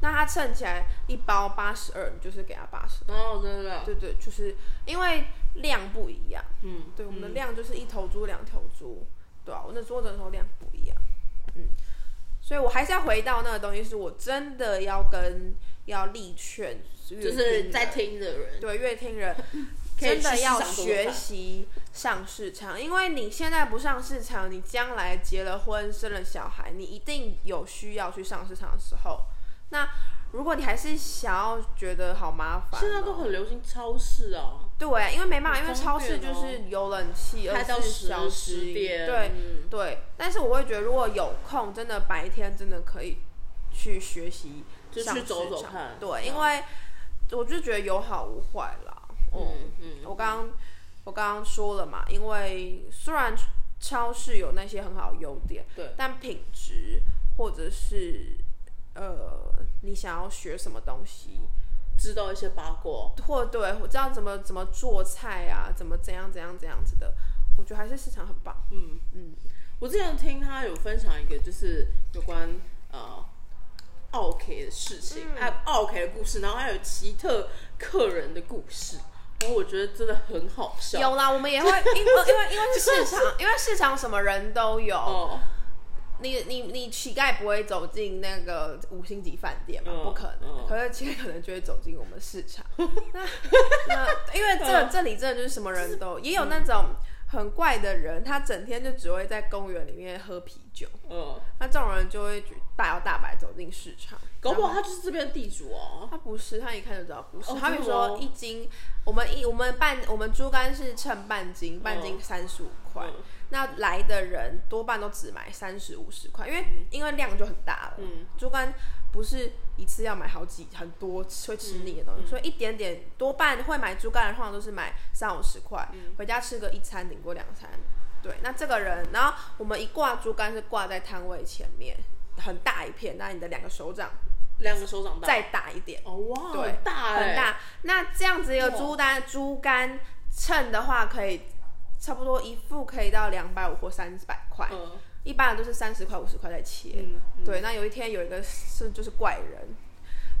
Speaker 2: 那他称起来一包八十二，你就是给他八十，
Speaker 1: 哦，真的，
Speaker 2: 对对，就是因为量不一样。
Speaker 1: 嗯，
Speaker 2: 对，我们的量就是一头猪、两头猪，对啊，我那桌子的时候量不一样，嗯，所以我还是要回到那个东西，是我真的要跟要力劝，
Speaker 1: 嗯就
Speaker 2: 就是
Speaker 1: 在听的人，，
Speaker 2: 对乐听人
Speaker 1: 可以
Speaker 2: 真的
Speaker 1: 去市
Speaker 2: 要
Speaker 1: 场多
Speaker 2: 学
Speaker 1: 看
Speaker 2: 习上市场，因为你现在不上市场，你将来结了婚、生了小孩，你一定有需要去上市场的时候，那。如果你还是想要觉得好麻烦哦，
Speaker 1: 现在都很流行超市啊，
Speaker 2: 对，因为没办法，因为
Speaker 1: 很
Speaker 2: 超
Speaker 1: 方
Speaker 2: 市
Speaker 1: 便
Speaker 2: 就
Speaker 1: 哦
Speaker 2: 是有冷气，
Speaker 1: 开
Speaker 2: 而
Speaker 1: 到
Speaker 2: 且
Speaker 1: 十
Speaker 2: 小
Speaker 1: 十点，
Speaker 2: 对
Speaker 1: 嗯
Speaker 2: 对。但是我会觉得，如果有空，真的白天真的可以去学习
Speaker 1: 就
Speaker 2: 上
Speaker 1: 去
Speaker 2: 市
Speaker 1: 走走
Speaker 2: 场
Speaker 1: 看
Speaker 2: 对，因为我就觉得有好无坏啦。
Speaker 1: 嗯
Speaker 2: 嗯
Speaker 1: 嗯
Speaker 2: 嗯，我刚刚我刚刚说了嘛，因为虽然超市有那些很好的优点，
Speaker 1: 对
Speaker 2: 但品质或者是呃，你想要学什么东西，
Speaker 1: 知道一些八卦，
Speaker 2: 或对我知道怎么怎么做菜啊，怎么怎样怎样怎样子的，我觉得还是市场很棒。
Speaker 1: 嗯嗯，我之前听他有分享一个，就是有关呃奥 K 的事情，
Speaker 2: 嗯
Speaker 1: 还有奥 K 的故事，然后还有奇特客人的故事，然后我觉得真的很好笑。
Speaker 2: 有啦，我们也会因为因为因为是市 场，因为市场什么人都有。
Speaker 1: 哦，
Speaker 2: 你你你乞丐不会走进那个五星级饭店嘛？
Speaker 1: 嗯
Speaker 2: 不可能。
Speaker 1: 嗯
Speaker 2: 可是乞丐可能就会走进我们市 场。那那因为这这里真的就是什么人都有也有那种很怪的人，他整天就只会在公园里面喝啤酒。
Speaker 1: 嗯，
Speaker 2: 那这种人就会大摇大摆走进市场。
Speaker 1: 搞不好他就是这边的地主哦。
Speaker 2: 他不是，他一看就知道不是。
Speaker 1: 哦
Speaker 2: 他
Speaker 1: 真
Speaker 2: 们
Speaker 1: 的吗
Speaker 2: 说一斤，我们一我们半我们猪肝是称半斤，半斤三十五块。
Speaker 1: 嗯
Speaker 2: 那来的人多半都只买三十五十块，因为、因为量就很大了。
Speaker 1: 嗯，
Speaker 2: 猪肝不是一次要买好几很多会吃腻的
Speaker 1: 嗯
Speaker 2: 东西，所以一点点多半会买猪肝的，人通常都是买三五十块，
Speaker 1: 嗯
Speaker 2: 回家吃个一餐顶过两餐。对，那这个人，然后我们一挂猪肝是挂在摊位前面，很大一片，那你的两个手掌
Speaker 1: 两个手掌大。
Speaker 2: 再大一点。
Speaker 1: 哦哇，
Speaker 2: 对
Speaker 1: 很大哎、
Speaker 2: 很大。那这样子一个猪肝猪肝称的话，可以差不多一副可以到两百五或三百块。
Speaker 1: 嗯，
Speaker 2: 一般的都是三十块、五十块在切。
Speaker 1: 嗯，
Speaker 2: 对，那有一天有一个是就是怪人，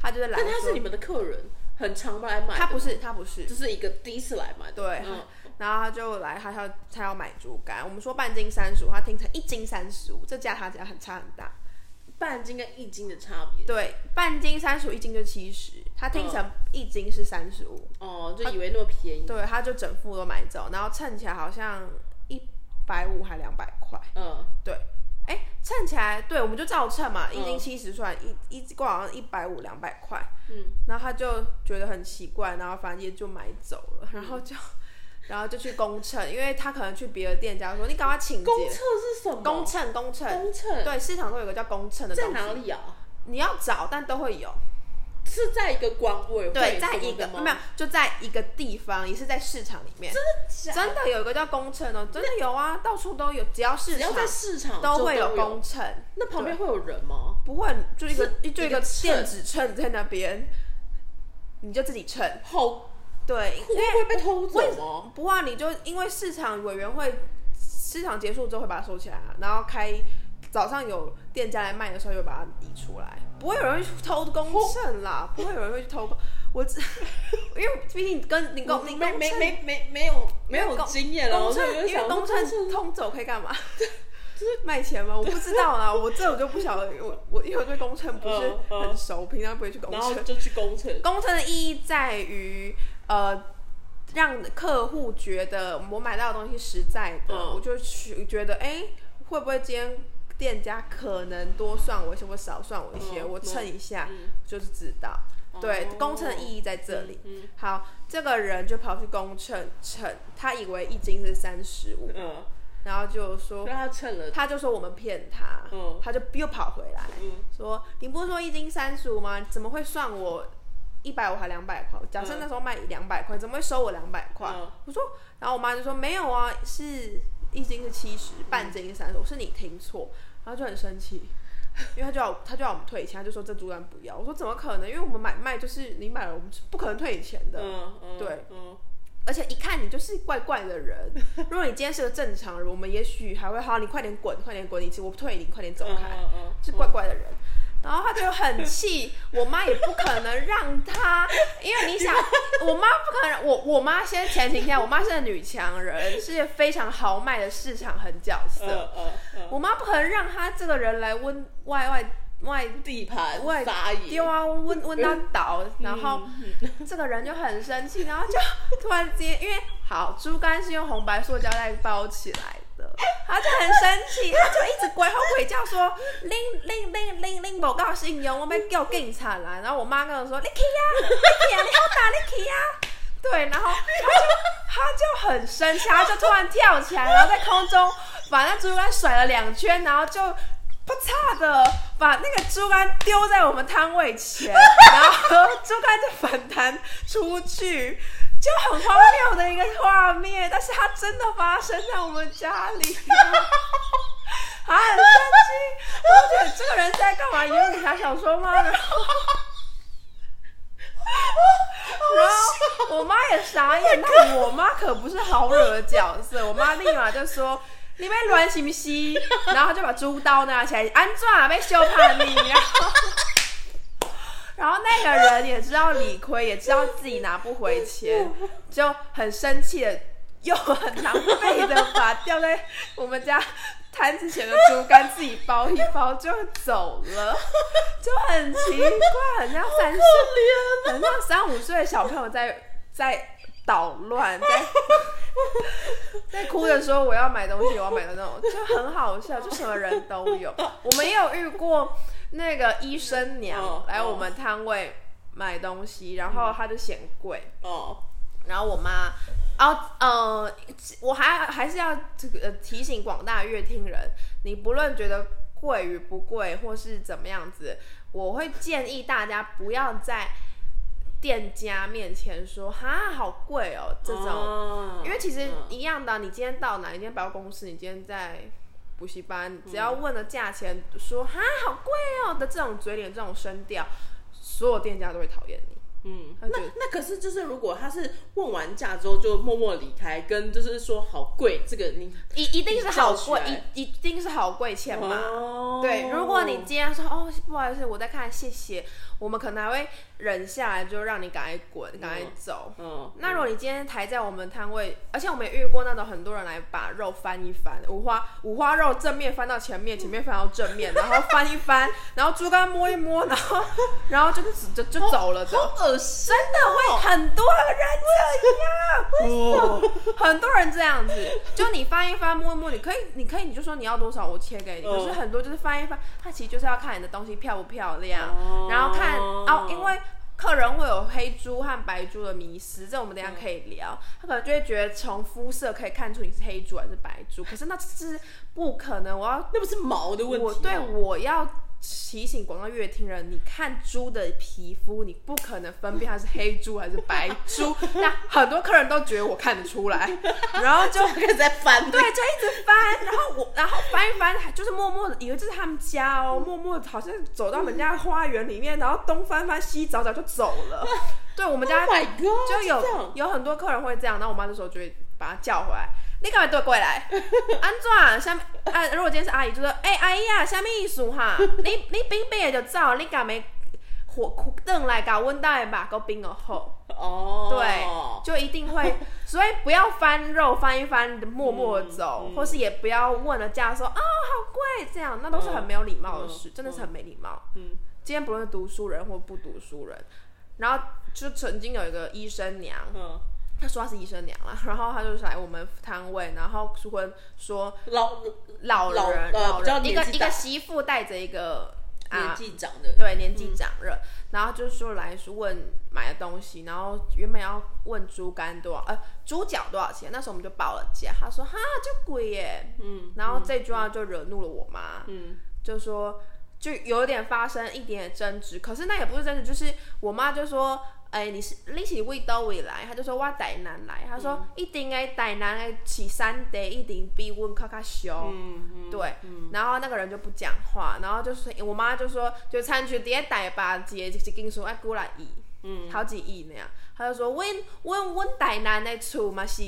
Speaker 2: 他就是来
Speaker 1: 但
Speaker 2: 说，
Speaker 1: 他是你们的客人，很常来买的，
Speaker 2: 他不是他不是，
Speaker 1: 就是一个第一次来买的，
Speaker 2: 对
Speaker 1: 嗯，
Speaker 2: 然后他就来，他要他要买猪肝，我们说半斤三十五，他听成一斤三十五，这价他价很差很大。
Speaker 1: 半斤跟一斤的差别，
Speaker 2: 对，半斤三十五，一斤就七十，他听
Speaker 1: 嗯
Speaker 2: 成一斤是三十五，
Speaker 1: 哦，就以为那么便宜，
Speaker 2: 对，他就整副都买走，然后称起来好像一百五还两百块，
Speaker 1: 嗯，
Speaker 2: 哎，称起来，对，我们就照称嘛，
Speaker 1: 嗯
Speaker 2: 一斤七十算一一罐好像一百五两百块，
Speaker 1: 嗯，
Speaker 2: 然后他就觉得很奇怪，然后反正也就买走了，然后就。
Speaker 1: 嗯
Speaker 2: 然后就去公称，因为他可能去别的店家说你赶快请
Speaker 1: 公
Speaker 2: 结
Speaker 1: 厕是什么？
Speaker 2: 公称公称，
Speaker 1: 公厕
Speaker 2: 对，市场都有一个叫公称的
Speaker 1: 在
Speaker 2: 东西，
Speaker 1: 哪里啊？
Speaker 2: 你要找但都会有。
Speaker 1: 是在一个管委会
Speaker 2: 对，
Speaker 1: 什
Speaker 2: 在
Speaker 1: 么
Speaker 2: 一个
Speaker 1: 的吗
Speaker 2: 没有，就在一个地方，也是在市场里面，
Speaker 1: 假
Speaker 2: 真的有一个叫工程哦，真的有啊，到处都有，只要市
Speaker 1: 只要
Speaker 2: 场
Speaker 1: 在市场
Speaker 2: 都会
Speaker 1: 有
Speaker 2: 有工程，
Speaker 1: 那旁边会有人吗？
Speaker 2: 不会就一个
Speaker 1: 是
Speaker 2: 就
Speaker 1: 一
Speaker 2: 一
Speaker 1: 个
Speaker 2: 个
Speaker 1: 秤
Speaker 2: 电子秤在那边，你就自己称，
Speaker 1: 好，
Speaker 2: 对，
Speaker 1: 会不会被偷走吗？
Speaker 2: 不啊，你就因为市场委员会市场结束之后会把它收起来啊，然后开早上有店家来卖的时候又把它移出来，不会有人去偷公 秤啦，不会有人会去偷公。我只 因为毕竟跟你
Speaker 1: 我
Speaker 2: 公你
Speaker 1: 没
Speaker 2: 公
Speaker 1: 没
Speaker 2: 秤
Speaker 1: 没没没有没有
Speaker 2: 公
Speaker 1: 经验了，
Speaker 2: 公
Speaker 1: 所以我
Speaker 2: 秤
Speaker 1: 就
Speaker 2: 因为
Speaker 1: 想
Speaker 2: 公
Speaker 1: 说
Speaker 2: 秤通走可以 干嘛？就是卖钱吗？我不知道啦，我这我就不晓得，我我因为我对公秤不是
Speaker 1: 嗯嗯
Speaker 2: 很熟，平常不会去公
Speaker 1: 然后
Speaker 2: 秤。
Speaker 1: 就去公厕，
Speaker 2: 公测的意义在于，呃，让客户觉得我买到的东西实在的，
Speaker 1: 嗯
Speaker 2: 我就去觉得，哎、会不会今天店家可能多算我一些，或少算我一些，
Speaker 1: 嗯
Speaker 2: 我称一下、
Speaker 1: 嗯
Speaker 2: 就是知道。对，
Speaker 1: 哦
Speaker 2: 公称的意义在这里。
Speaker 1: 嗯
Speaker 2: 好，这个人就跑去公称称，他以为一斤是三十五，
Speaker 1: 嗯，
Speaker 2: 然后就说
Speaker 1: 让，他蹭了，
Speaker 2: 他就说我们骗他，
Speaker 1: 嗯
Speaker 2: 他就又跑回来，
Speaker 1: 嗯
Speaker 2: 说你不是说一斤三十五吗？怎么会算我一百五还两百块？假设那时候卖两百块，怎么会收我两百块？
Speaker 1: 嗯
Speaker 2: 我说，然后我妈就说没有啊，是一斤是七十，半斤是三十，我说你听错，然后就很生气。 因为他就要他就要我们退钱，他就说这主管不要。我说怎么可能？因为我们买卖就是你买了，我们是不可能退你钱的。
Speaker 1: 嗯嗯，
Speaker 2: 对，
Speaker 1: 嗯
Speaker 2: 而且一看你就是怪怪 的人。如果你今天是个正常人，我们也许还会好，你快点滚，快点滚，你我不退你，快点走开。
Speaker 1: 嗯嗯
Speaker 2: 是怪怪的人。然后他就很气，我妈也不可能让他，因 为你想，我妈不可能，我我妈先前情提下，我妈是个女强人，是非常豪迈的市场狠角色，
Speaker 1: 嗯嗯嗯，
Speaker 2: 我妈不可能让他这个人来温外外外
Speaker 1: 地盘
Speaker 2: 外
Speaker 1: 撒野，
Speaker 2: 丢啊，温温到倒，然后
Speaker 1: 嗯
Speaker 2: 这个人就很生气，然后就突然间，因为好猪肝是用红白塑胶袋包起来的，他就很生气，他就一直鬼吼鬼叫说拎拎拎拎拎某告信用，我被叫警察来，然后我妈跟我说你去呀、你去呀、你好打你去呀、对，然后他就他就很生气，他就突然跳起来，然后在空中把那猪肝甩了两圈，然后就不差的把那个猪肝丢在我们摊位前，然后猪肝就反弹出去，就很荒谬的一个画面，但是它真的发生在我们家里。 啊，很生气，我觉得这个人在干嘛？有警察小说吗？然后，然后我妈也傻眼，那我妈可不是好惹的角色，我妈立马就说。你被乱行不行？然后她就把猪刀拿起来，安怎啊被羞叛逆？然后，然后那个人也知道理亏，也知道自己拿不回钱，就很生气的，又很狼狈的把掉在我们家摊子前的猪肝自己包一包就走了，就很奇怪，很像三岁，很像三五岁的小朋友在在捣乱，在在哭着说我要买东西，我要买的那种，就很好笑，就什么人都有。我们也有遇过那个医生
Speaker 1: 哦
Speaker 2: 娘来我们摊位买东西，然后她就嫌贵，
Speaker 1: 哦，
Speaker 2: 然后我妈，然后呃，我还还是要这个呃提醒广大乐听人，你不论觉得贵与不贵，或是怎么样子，我会建议大家不要在店家面前说哈好贵哦这种，
Speaker 1: 种
Speaker 2: 因为其实
Speaker 1: 嗯
Speaker 2: 一样的，你今天到哪，你今天百货公司，你今天在补习班，只要问了价钱，说哈好贵哦的这种嘴脸，这种声调，所有店家都会讨厌你。嗯，他
Speaker 1: 那
Speaker 2: 觉得
Speaker 1: 那可是就是，如果他是问完价之后就默默离开，跟就是说好贵，这个你
Speaker 2: 一一定是好
Speaker 1: 比较起
Speaker 2: 贵
Speaker 1: 来，
Speaker 2: 一一定是好贵钱嘛。
Speaker 1: 哦
Speaker 2: 对，如果你今天说哦，不好意思，我在看，谢谢，我们可能还会忍下来，就让你赶快滚，赶快走。
Speaker 1: 嗯，
Speaker 2: 那如果你今天还在我们摊位，啊而且我们也遇过那种很多人来把肉翻一翻，五花五花肉正面翻到前面，前面翻到正面，然后翻一翻，然后猪肝摸一摸，然后然后就就就就走了走。
Speaker 1: 好哦恶心
Speaker 2: 真的会 很多
Speaker 1: 哦！
Speaker 2: 人这样，很多人这样子，就你翻一翻摸一摸，你可以你可以你就说你要多少，我切给你。
Speaker 1: 嗯
Speaker 2: 可是很多就是翻一翻，他其实就是要看你的东西漂不漂亮，
Speaker 1: 哦
Speaker 2: 然后看哦，因为。客人会有黑猪和白猪的迷失，这我们等一下可以聊。
Speaker 1: 嗯
Speaker 2: 他可能就会觉得从肤色可以看出你是黑猪还是白猪，可是那是不可能。我要
Speaker 1: 那不是毛的问题、啊
Speaker 2: 我对，我要提醒广告乐听人，你看猪的皮肤，你不可能分辨它是黑猪还是白猪。那很多客人都觉得我看得出 来，然后就
Speaker 1: 就开始在翻。
Speaker 2: 对，就一直翻，然后我，然后翻一翻，就是默默的以为这是他们家哦，
Speaker 1: 嗯
Speaker 2: 默默地好像走到人家花园里面，然后东翻翻西找找就走 了。对我们家
Speaker 1: Oh my god！
Speaker 2: 就是
Speaker 1: 这
Speaker 2: 有
Speaker 1: 样
Speaker 2: 有很多客人会这样，然后我妈这时候就会把他叫回来，你干嘛对我过来？安怎啊？下面啊，如果今天是阿姨，就说，哎、阿姨啊，啥物意思 哈？你你冰冰的就走，你干嘛火凳来搞温带吧，够冰哦好。
Speaker 1: 哦，
Speaker 2: 对，就一定会，所以不要翻肉翻一翻，默默地
Speaker 1: 嗯
Speaker 2: 走，或是也不要问了价说啊、好贵这样，那都是很没有礼貌的事，
Speaker 1: 嗯
Speaker 2: 真的是很没礼貌。
Speaker 1: 嗯，
Speaker 2: 今天不论是读书人或不读书人，然后就曾经有一个医生娘，
Speaker 1: 嗯，
Speaker 2: 她说她是医生娘啦，然后她就是来我们摊位，然后淑坤说
Speaker 1: 老
Speaker 2: 老人
Speaker 1: 老呃
Speaker 2: 老
Speaker 1: 比较
Speaker 2: 人一
Speaker 1: 年
Speaker 2: 个
Speaker 1: 纪
Speaker 2: 一
Speaker 1: 大
Speaker 2: 个媳妇带着一个啊
Speaker 1: 年纪长的，嗯
Speaker 2: 对，年纪长了，然后就说来问买的东西，然后原本要问猪肝多少，呃，猪脚多少钱，那时候我们就报了价，他说哈就贵耶，
Speaker 1: 嗯，
Speaker 2: 然后这句话就惹怒了我妈，
Speaker 1: 嗯，
Speaker 2: 就说就有点发生一点点争执，可是那也不是争执，就是我妈就说。哎、你是你是为倒位来？她就说我台南来，她说、
Speaker 1: 嗯
Speaker 2: 一定诶台南诶起山地一定比阮较较俗。
Speaker 1: 嗯嗯，
Speaker 2: 对，然后那个人就不讲话，然后就是我妈就说，就参去伫台北一个一间厝，哎，过来亿，嗯，好几亿那样，她就说，阮阮阮台南的厝嘛是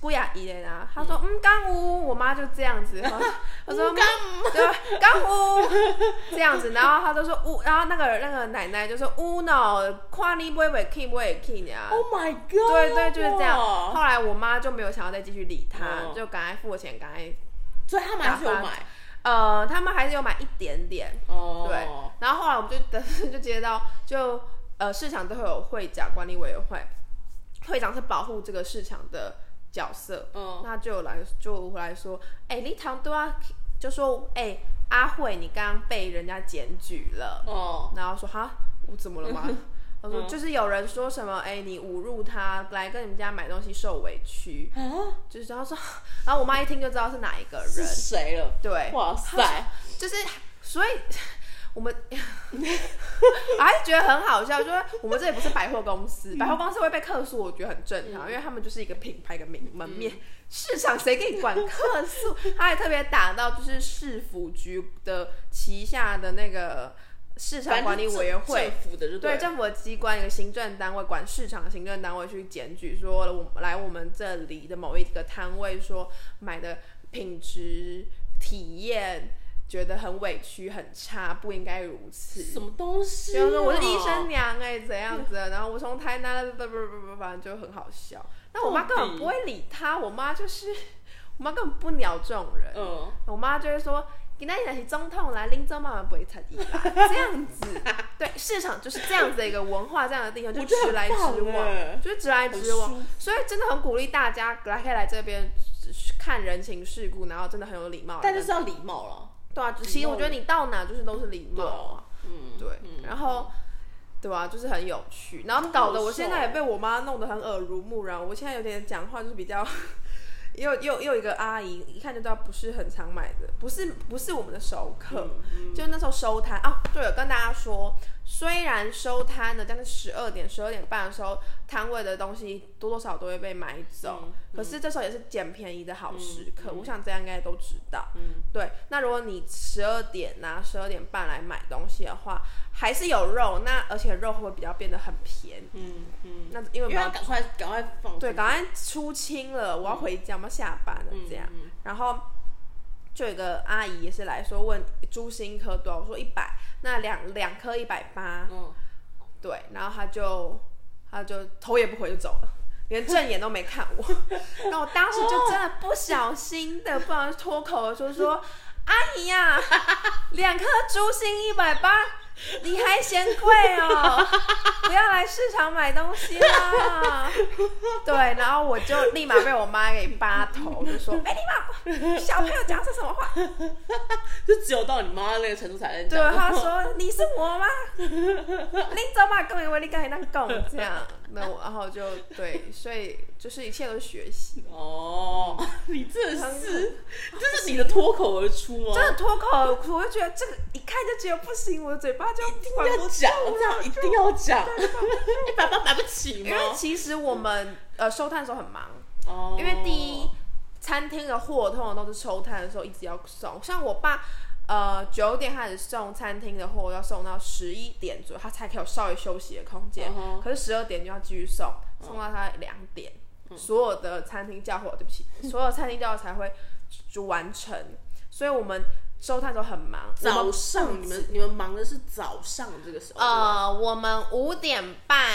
Speaker 2: 几啊亿的啦，她说，嗯，刚有，我妈就这 样子，我
Speaker 1: 嗯
Speaker 2: 说，刚对吧，刚有 这样子，然后她就说，呜，然后那个那个奶奶就说，呜喏，看你买袂起，买袂起呢。
Speaker 1: ，Oh my god！
Speaker 2: 对对，就是这样。
Speaker 1: 哇
Speaker 2: 后来我妈就没有想要再继续理她，
Speaker 1: 哦
Speaker 2: 就赶快付了钱，赶快
Speaker 1: 所以他们还是有买
Speaker 2: 呃，他们还是有买一点点，
Speaker 1: 哦，
Speaker 2: 对。然后后来我们就等就接到就呃市场都会有会长管理委员会，会长是保护这个市场的角色，
Speaker 1: 嗯，
Speaker 2: 那就有来就回来说，哎、你堂都要就说，哎、阿慧，你刚刚被人家检举了，
Speaker 1: 哦，
Speaker 2: 然后说哈，我怎么了 吗？他说就是有人说什么，哎、你侮辱他，来跟你们家买东西受委屈，
Speaker 1: 啊，
Speaker 2: 就是然后说，然后我妈一听就知道是哪一个
Speaker 1: 是
Speaker 2: 人，
Speaker 1: 谁了？
Speaker 2: 对，
Speaker 1: 哇塞，
Speaker 2: 就是所以我们我还是觉得很好笑，就是我们这里不是百货公司，百货公司会被客诉，我觉得很正
Speaker 1: 嗯
Speaker 2: 常，因为他们就是一个品牌一个名门面。市场谁给你管客诉？他还特别打到就是市府局的旗下的那个市场管理委员会
Speaker 1: 反正，政政府的就
Speaker 2: 对
Speaker 1: 了
Speaker 2: 政府的机关，一个行政单位管市场的行政单位去检举说，我们来我们这里的某一个摊位说买的品质体验觉得很委屈很差，不应该如
Speaker 1: 什
Speaker 2: 此。
Speaker 1: 么东西啊？
Speaker 2: 就是说我是医生娘哎、怎样子的？然后我从台南，不不不不，反正就很好笑。那我妈根本不会理他，我妈就是我妈根本不鸟这种人。
Speaker 1: 嗯，
Speaker 2: 我妈就会说：“今天你是总统来，林州妈妈不会插伊啦。”这样 子，对市场就是这样子的一个文化，这样的地方就
Speaker 1: 我觉得
Speaker 2: 直来直
Speaker 1: 很棒欸
Speaker 2: 往，就是直来直
Speaker 1: 很舒
Speaker 2: 往。所以真的很鼓励大家来可以来这边看人情世故，然后真的很有礼貌。
Speaker 1: 但就是要礼貌了。
Speaker 2: 对啊，其实我觉得你到哪就是都是礼貌啊，
Speaker 1: 嗯，
Speaker 2: 对，然后。对啊，就是很有趣，然后搞得我现在也被我妈弄得很耳濡目染，我现在有点讲话就是比较又又又一个阿姨，一看就知道不是很常买的，不是不是我们的熟客。
Speaker 1: 嗯
Speaker 2: 就那时候收摊哦，对了，跟大家说，虽然收摊了，但是十二点、十二点半的时候，摊位的东西多多少少都会被买走。
Speaker 1: 嗯
Speaker 2: 可是这时候也是捡便宜的好时刻，
Speaker 1: 嗯嗯
Speaker 2: 我想大家应该都知道。
Speaker 1: 嗯，
Speaker 2: 对，那如果你十二点呐、十二点半来买东西的话，还是有肉，那而且肉会比较变得很便宜。
Speaker 1: 嗯嗯，
Speaker 2: 那因
Speaker 1: 因为
Speaker 2: 为没有
Speaker 1: 要赶快赶快放出去，
Speaker 2: 对，赶快出清了，我要回家，我们要下班了
Speaker 1: 嗯
Speaker 2: 这样。
Speaker 1: 嗯
Speaker 2: 然后就有一个阿姨也是来说问猪心颗多少，我说一百，那两两颗一百八，
Speaker 1: 嗯，
Speaker 2: 对，然后她就她就头也不回就走了。连正眼都没看我，然后我当时就真的不小心的，不然脱口而出说：“阿姨呀、两颗猪心一百八，你还嫌贵哦？不要来市场买东西啦！”对，然后我就立马被我妈给扒头，就说：“没礼貌，小朋友讲这什么话？”
Speaker 1: 就只有到你妈那个程度才能
Speaker 2: 对，啊
Speaker 1: 讲
Speaker 2: 他说：“你是我 吗？你走吧，跟我为你跟那讲这样。”那我然后就对，所以就是一切都是学习。
Speaker 1: 哦，你这
Speaker 2: 很
Speaker 1: 是这是你的脱口而出吗？
Speaker 2: 真的脱口而出，我就觉得这个一看就觉得不行，我的嘴巴就管
Speaker 1: 要
Speaker 2: 不住
Speaker 1: 讲，这
Speaker 2: 了。
Speaker 1: 样一定要讲， 你爸爸买不起
Speaker 2: 因
Speaker 1: 吗
Speaker 2: 为？ 其实我们呃收摊的时候很忙，
Speaker 1: 哦
Speaker 2: 因为第一，餐厅的货通常都是收摊的时候一直要送，像我爸。呃，九点开始送餐厅的货，要送到十一点左右，他才可以有稍微休息的空间。
Speaker 1: 嗯哼
Speaker 2: 可是十二点就要继续送，送到他两点，所有的餐厅叫货，对不 起，所有餐厅叫货才会就完成。所以我们收摊的时候很忙，我
Speaker 1: 早
Speaker 2: 们
Speaker 1: 上你们你们忙的是早上这个时候，
Speaker 2: 呃，我们五点半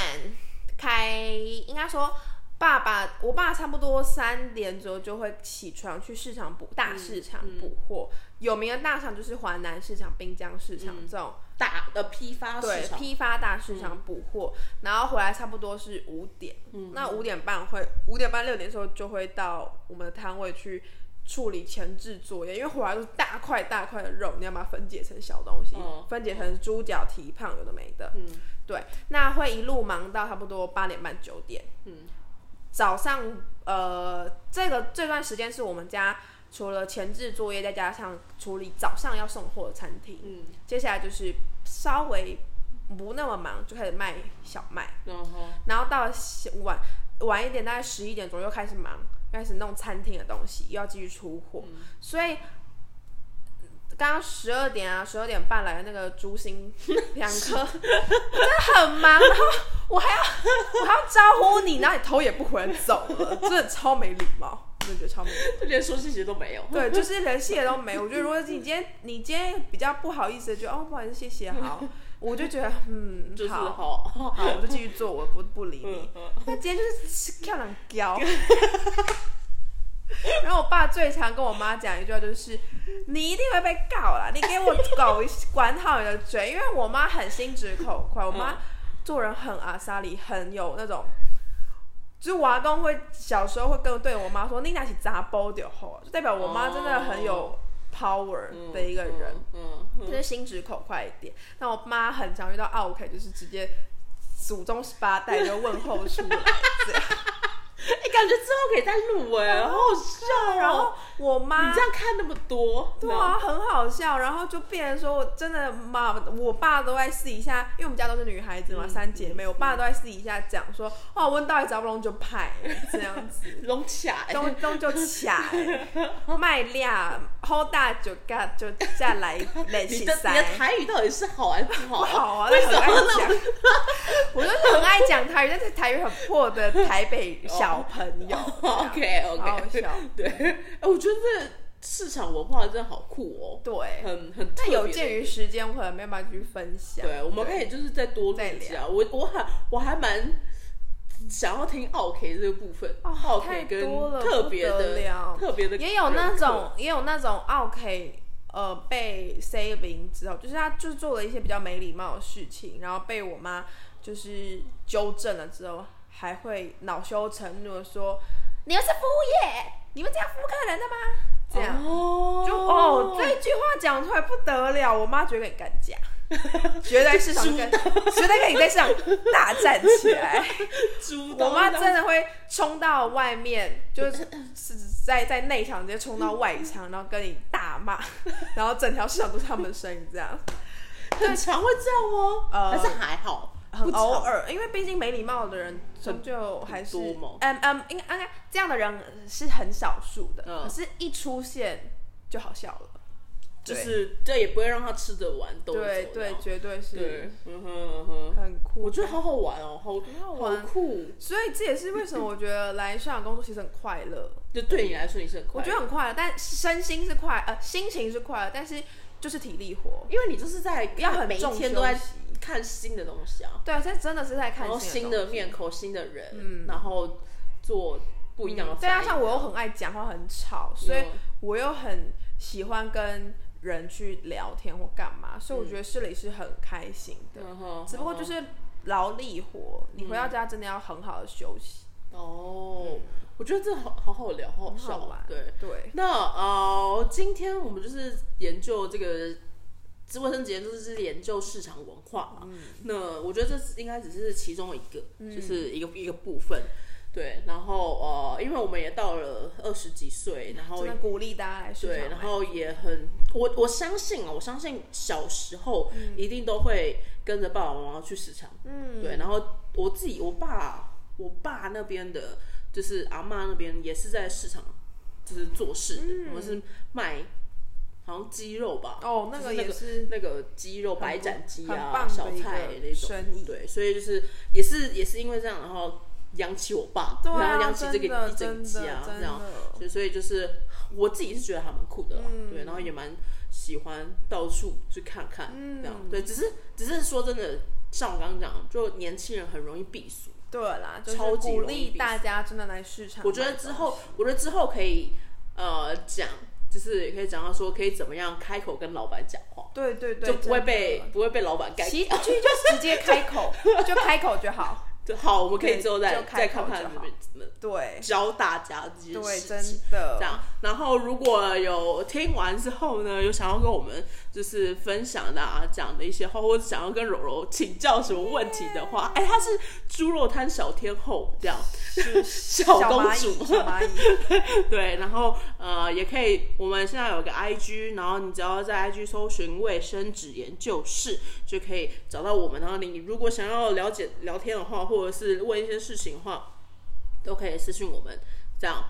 Speaker 2: 开，应该说爸爸，我爸差不多三点左右就会起床去市场补大市场补货。有名的大厂就是华南市场、嗯滨江市场这种，
Speaker 1: 大的批发
Speaker 2: 对
Speaker 1: 市，场，
Speaker 2: 批发大市场补货，然后回来差不多是五点。
Speaker 1: 嗯
Speaker 2: 那五点半会，五点半六点的时候就会到我们的摊位去。处理前置作业，因为回来都是大块大块的肉，你要把它分解成小东西，
Speaker 1: 哦
Speaker 2: 分解成猪脚、蹄膀，有的没的。
Speaker 1: 嗯
Speaker 2: 对，那会一路忙到差不多八点半九点。
Speaker 1: 嗯
Speaker 2: 早上呃，这个这段时间是我们家除了前置作业，再加上处理早上要送货的餐厅，
Speaker 1: 嗯，
Speaker 2: 接下来就是稍微不那么忙，就开始卖小麦，
Speaker 1: 然后
Speaker 2: 然后到了晚晚一点，大概十一点左右开始忙，开始弄餐厅的东西，又要继续出货，
Speaker 1: 嗯
Speaker 2: 所以。刚刚十二点啊，十二点半来的那个猪 心两颗，真的很忙，然后我还要我还要招呼你，然后你头也不回地走了，真的超没礼貌，真的觉得超没礼 貌。
Speaker 1: 就连说谢谢都没有，
Speaker 2: 对，就是连谢谢都没有。我觉得如果你今天你今天比较不好意思，就哦不好意思，谢谢好，我就觉得嗯
Speaker 1: 就是
Speaker 2: 好。
Speaker 1: 好，
Speaker 2: 好，我就继续做，我不不理你
Speaker 1: 嗯。嗯
Speaker 2: 那今天就是跳两 跤。然后我爸最常跟我妈讲一句话就是：“你一定会被告啦，你给我狗管好你的嘴。”因为我妈很心直口快，我妈做人很阿莎里，很有那种。就是我阿公会小时候会跟对我妈说：“你拿起砸包就好。”就代表我妈真的很有 power
Speaker 1: 嗯
Speaker 2: 的一个人。，
Speaker 1: 哦嗯，嗯
Speaker 2: 就是心直口快一点。那我妈很常遇到 OK，就是直接祖宗十八代就问候出来，这样
Speaker 1: 哎，感觉之后可以再录哎，好好笑哦，啊
Speaker 2: 然后我妈
Speaker 1: 你这样看那么多，
Speaker 2: 对啊，很好笑，然后就变成说我真的妈，我爸都在私底下，因为我们家都是女孩子嘛，
Speaker 1: 嗯
Speaker 2: 三姐妹，我爸都在私底下讲说，哦，我到底找不拢就派这样子。
Speaker 1: 你知道吗，拢起来，
Speaker 2: 东东就起来，卖力好大就干就再来 来
Speaker 1: 你
Speaker 2: 起
Speaker 1: 的你
Speaker 2: 塞
Speaker 1: 的。台语到底是好还是不好？
Speaker 2: 不好啊，
Speaker 1: 为什么
Speaker 2: 那很爱
Speaker 1: 那
Speaker 2: 讲？我就是很爱讲台语，但是台语很破的台北小朋 友。
Speaker 1: OK
Speaker 2: 好好
Speaker 1: OK，
Speaker 2: 笑
Speaker 1: 对，哎，我觉得这市场文化真的好酷哦，
Speaker 2: 对，
Speaker 1: 很很特别
Speaker 2: 但
Speaker 1: 的
Speaker 2: 有鉴于时间，我可能没办法去分享。
Speaker 1: 对，我们可以就是再多录
Speaker 2: 再
Speaker 1: 一下。
Speaker 2: 聊
Speaker 1: 我我还我还蛮想要听奥 K 这个部分，奥
Speaker 2: 哦，太
Speaker 1: K 跟
Speaker 2: 多了，
Speaker 1: 特别
Speaker 2: 不得
Speaker 1: 的
Speaker 2: 了
Speaker 1: 特别的
Speaker 2: 也有那
Speaker 1: 人格
Speaker 2: 种，也有那种 OK，呃，被 saving 之后，就是他就是做了一些比较没礼貌的事情，然后被我妈就是纠正了之后，还会恼羞成怒的说：“你们是服务业，你们这样服务客人的吗？”这样。哦
Speaker 1: 哦，
Speaker 2: 就哦，这一句话讲出来不得了，我妈觉得很敢讲。绝 对市场跟绝对可以在市场大站起来。
Speaker 1: 猪
Speaker 2: 我
Speaker 1: 都
Speaker 2: 妈
Speaker 1: 当
Speaker 2: 真的会冲到 外面，就是是在在内场直接冲到外场，然后跟你大 骂，然后整条市场都是他们的声音，这样
Speaker 1: 很常会这样哦，
Speaker 2: 呃
Speaker 1: 还是还好，
Speaker 2: 很
Speaker 1: 不常
Speaker 2: 偶尔，因为毕竟没礼貌的人终究还是
Speaker 1: 很多嘛
Speaker 2: 嗯嗯，应该应该这样的人是很少数的，
Speaker 1: 嗯
Speaker 2: 可是一出现就好笑了，
Speaker 1: 就是这也不会让他吃得完兜着
Speaker 2: 对
Speaker 1: 走
Speaker 2: 对
Speaker 1: 这，样
Speaker 2: 绝对
Speaker 1: 对
Speaker 2: 是，
Speaker 1: 嗯哼嗯哼，
Speaker 2: 很酷，
Speaker 1: 我觉得好好玩哦，好
Speaker 2: 好玩
Speaker 1: 好酷，
Speaker 2: 所以这也是为什么我觉得来香港工作其实很快乐。
Speaker 1: 就对你来说你是很
Speaker 2: 我
Speaker 1: 快
Speaker 2: 觉
Speaker 1: 乐，
Speaker 2: 得很快乐，但身心是快，呃，心情是快乐，但是就是体力活。
Speaker 1: 因为你就是在
Speaker 2: 要很
Speaker 1: 每一
Speaker 2: 重
Speaker 1: 天都在
Speaker 2: 休息
Speaker 1: 看新的东西啊，
Speaker 2: 对，这真的是在看
Speaker 1: 然后
Speaker 2: 新
Speaker 1: 新
Speaker 2: 的
Speaker 1: 的
Speaker 2: 东西嗯
Speaker 1: 面孔、新的人，然后做不一样的
Speaker 2: 对啊，
Speaker 1: 反应嗯
Speaker 2: 像我又很爱讲话，很吵，所以我又很喜欢跟人去聊天或干嘛，所以我觉得市里是很开心的。
Speaker 1: 嗯哼，
Speaker 2: 只不过就是劳力活，你回到
Speaker 1: 嗯
Speaker 2: 家真的要很好的休息，
Speaker 1: 哦，我觉得这好好好聊，好好
Speaker 2: 很
Speaker 1: 笑
Speaker 2: 好玩
Speaker 1: 哦，。对。
Speaker 2: 对，
Speaker 1: 那呃，今天我们就是研究这个自卫生节，就是研究市场文化嘛。
Speaker 2: 嗯
Speaker 1: 那我觉得这是应该只是其中一个，就是一个一个部分。对，然后呃，因为我们也到了二十几岁，然后
Speaker 2: 真的鼓励大家来市
Speaker 1: 对，
Speaker 2: 场
Speaker 1: 然
Speaker 2: 买
Speaker 1: 后也很，我我相信啊，我相信小时候
Speaker 2: 嗯
Speaker 1: 一定都会跟着爸爸妈妈去市场，嗯，对，然后我自己，我爸，我爸那边的，就是阿妈那边也是在市场，就是做事的，我们是卖好像鸡肉吧，
Speaker 2: 嗯哦，那
Speaker 1: 就是
Speaker 2: 个
Speaker 1: 那
Speaker 2: 也
Speaker 1: 个
Speaker 2: 是
Speaker 1: 那个鸡肉白斩鸡
Speaker 2: 很
Speaker 1: 啊、
Speaker 2: 棒的
Speaker 1: 小
Speaker 2: 一
Speaker 1: 菜
Speaker 2: 个
Speaker 1: 那种
Speaker 2: 生意
Speaker 1: 对，所以就是也是也是因为这样，然后养起我爸，
Speaker 2: 对
Speaker 1: 然
Speaker 2: 啊
Speaker 1: 后养起这个
Speaker 2: 真的
Speaker 1: 一整
Speaker 2: 真的
Speaker 1: 家
Speaker 2: 真
Speaker 1: 这样
Speaker 2: 的，
Speaker 1: 所以所以就是我自己是觉得还蛮酷的啦，
Speaker 2: 嗯
Speaker 1: 对，然后也蛮喜欢到处去看看，
Speaker 2: 嗯
Speaker 1: 这样对，只是只是说真的，像我刚刚讲，就年轻人很容易避俗，
Speaker 2: 对啦，就是
Speaker 1: 超级
Speaker 2: 鼓
Speaker 1: 容易
Speaker 2: 励
Speaker 1: 比
Speaker 2: 大家真的来市场买东西。
Speaker 1: 我觉得之后，我觉得之后可以呃讲，就是也可以讲到说可以怎么样开口跟老板讲话，
Speaker 2: 对对对，
Speaker 1: 就不会
Speaker 2: 真的
Speaker 1: 被不会被老板干
Speaker 2: 其实就就直接开 口，就开口就好。
Speaker 1: 就好，我们可以
Speaker 2: 对
Speaker 1: 之后再
Speaker 2: 就开
Speaker 1: 再看
Speaker 2: 口
Speaker 1: 看
Speaker 2: 就
Speaker 1: 怎么
Speaker 2: 好
Speaker 1: 怎么
Speaker 2: 对
Speaker 1: 教大家这件
Speaker 2: 对，
Speaker 1: 事
Speaker 2: 真
Speaker 1: 情。这
Speaker 2: 的，
Speaker 1: 样，然后如果有听完之后呢，有想要跟我们就是分享的啊，讲的一些话，或者想要跟柔柔请教什么问题的话，哎，她是猪肉摊小天后这样，小
Speaker 2: 小
Speaker 1: 公
Speaker 2: 蚂
Speaker 1: 主
Speaker 2: 蚁，小蚂蚁，
Speaker 1: 对，然后呃也可以，我们现在有个 IG，然后你只要在 IG 搜寻卫生纸研究室就可以找到我们。然后你如果想要了解聊天的话，或者是问一些事情的话，都可以私信我们。这样，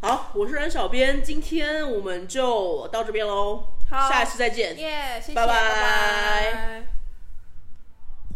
Speaker 1: 好，我是任小编，今天我们就到这边喽，
Speaker 2: 好
Speaker 1: 下一次再见。
Speaker 2: 耶！谢谢，
Speaker 1: 拜
Speaker 2: 拜
Speaker 1: 拜
Speaker 2: 拜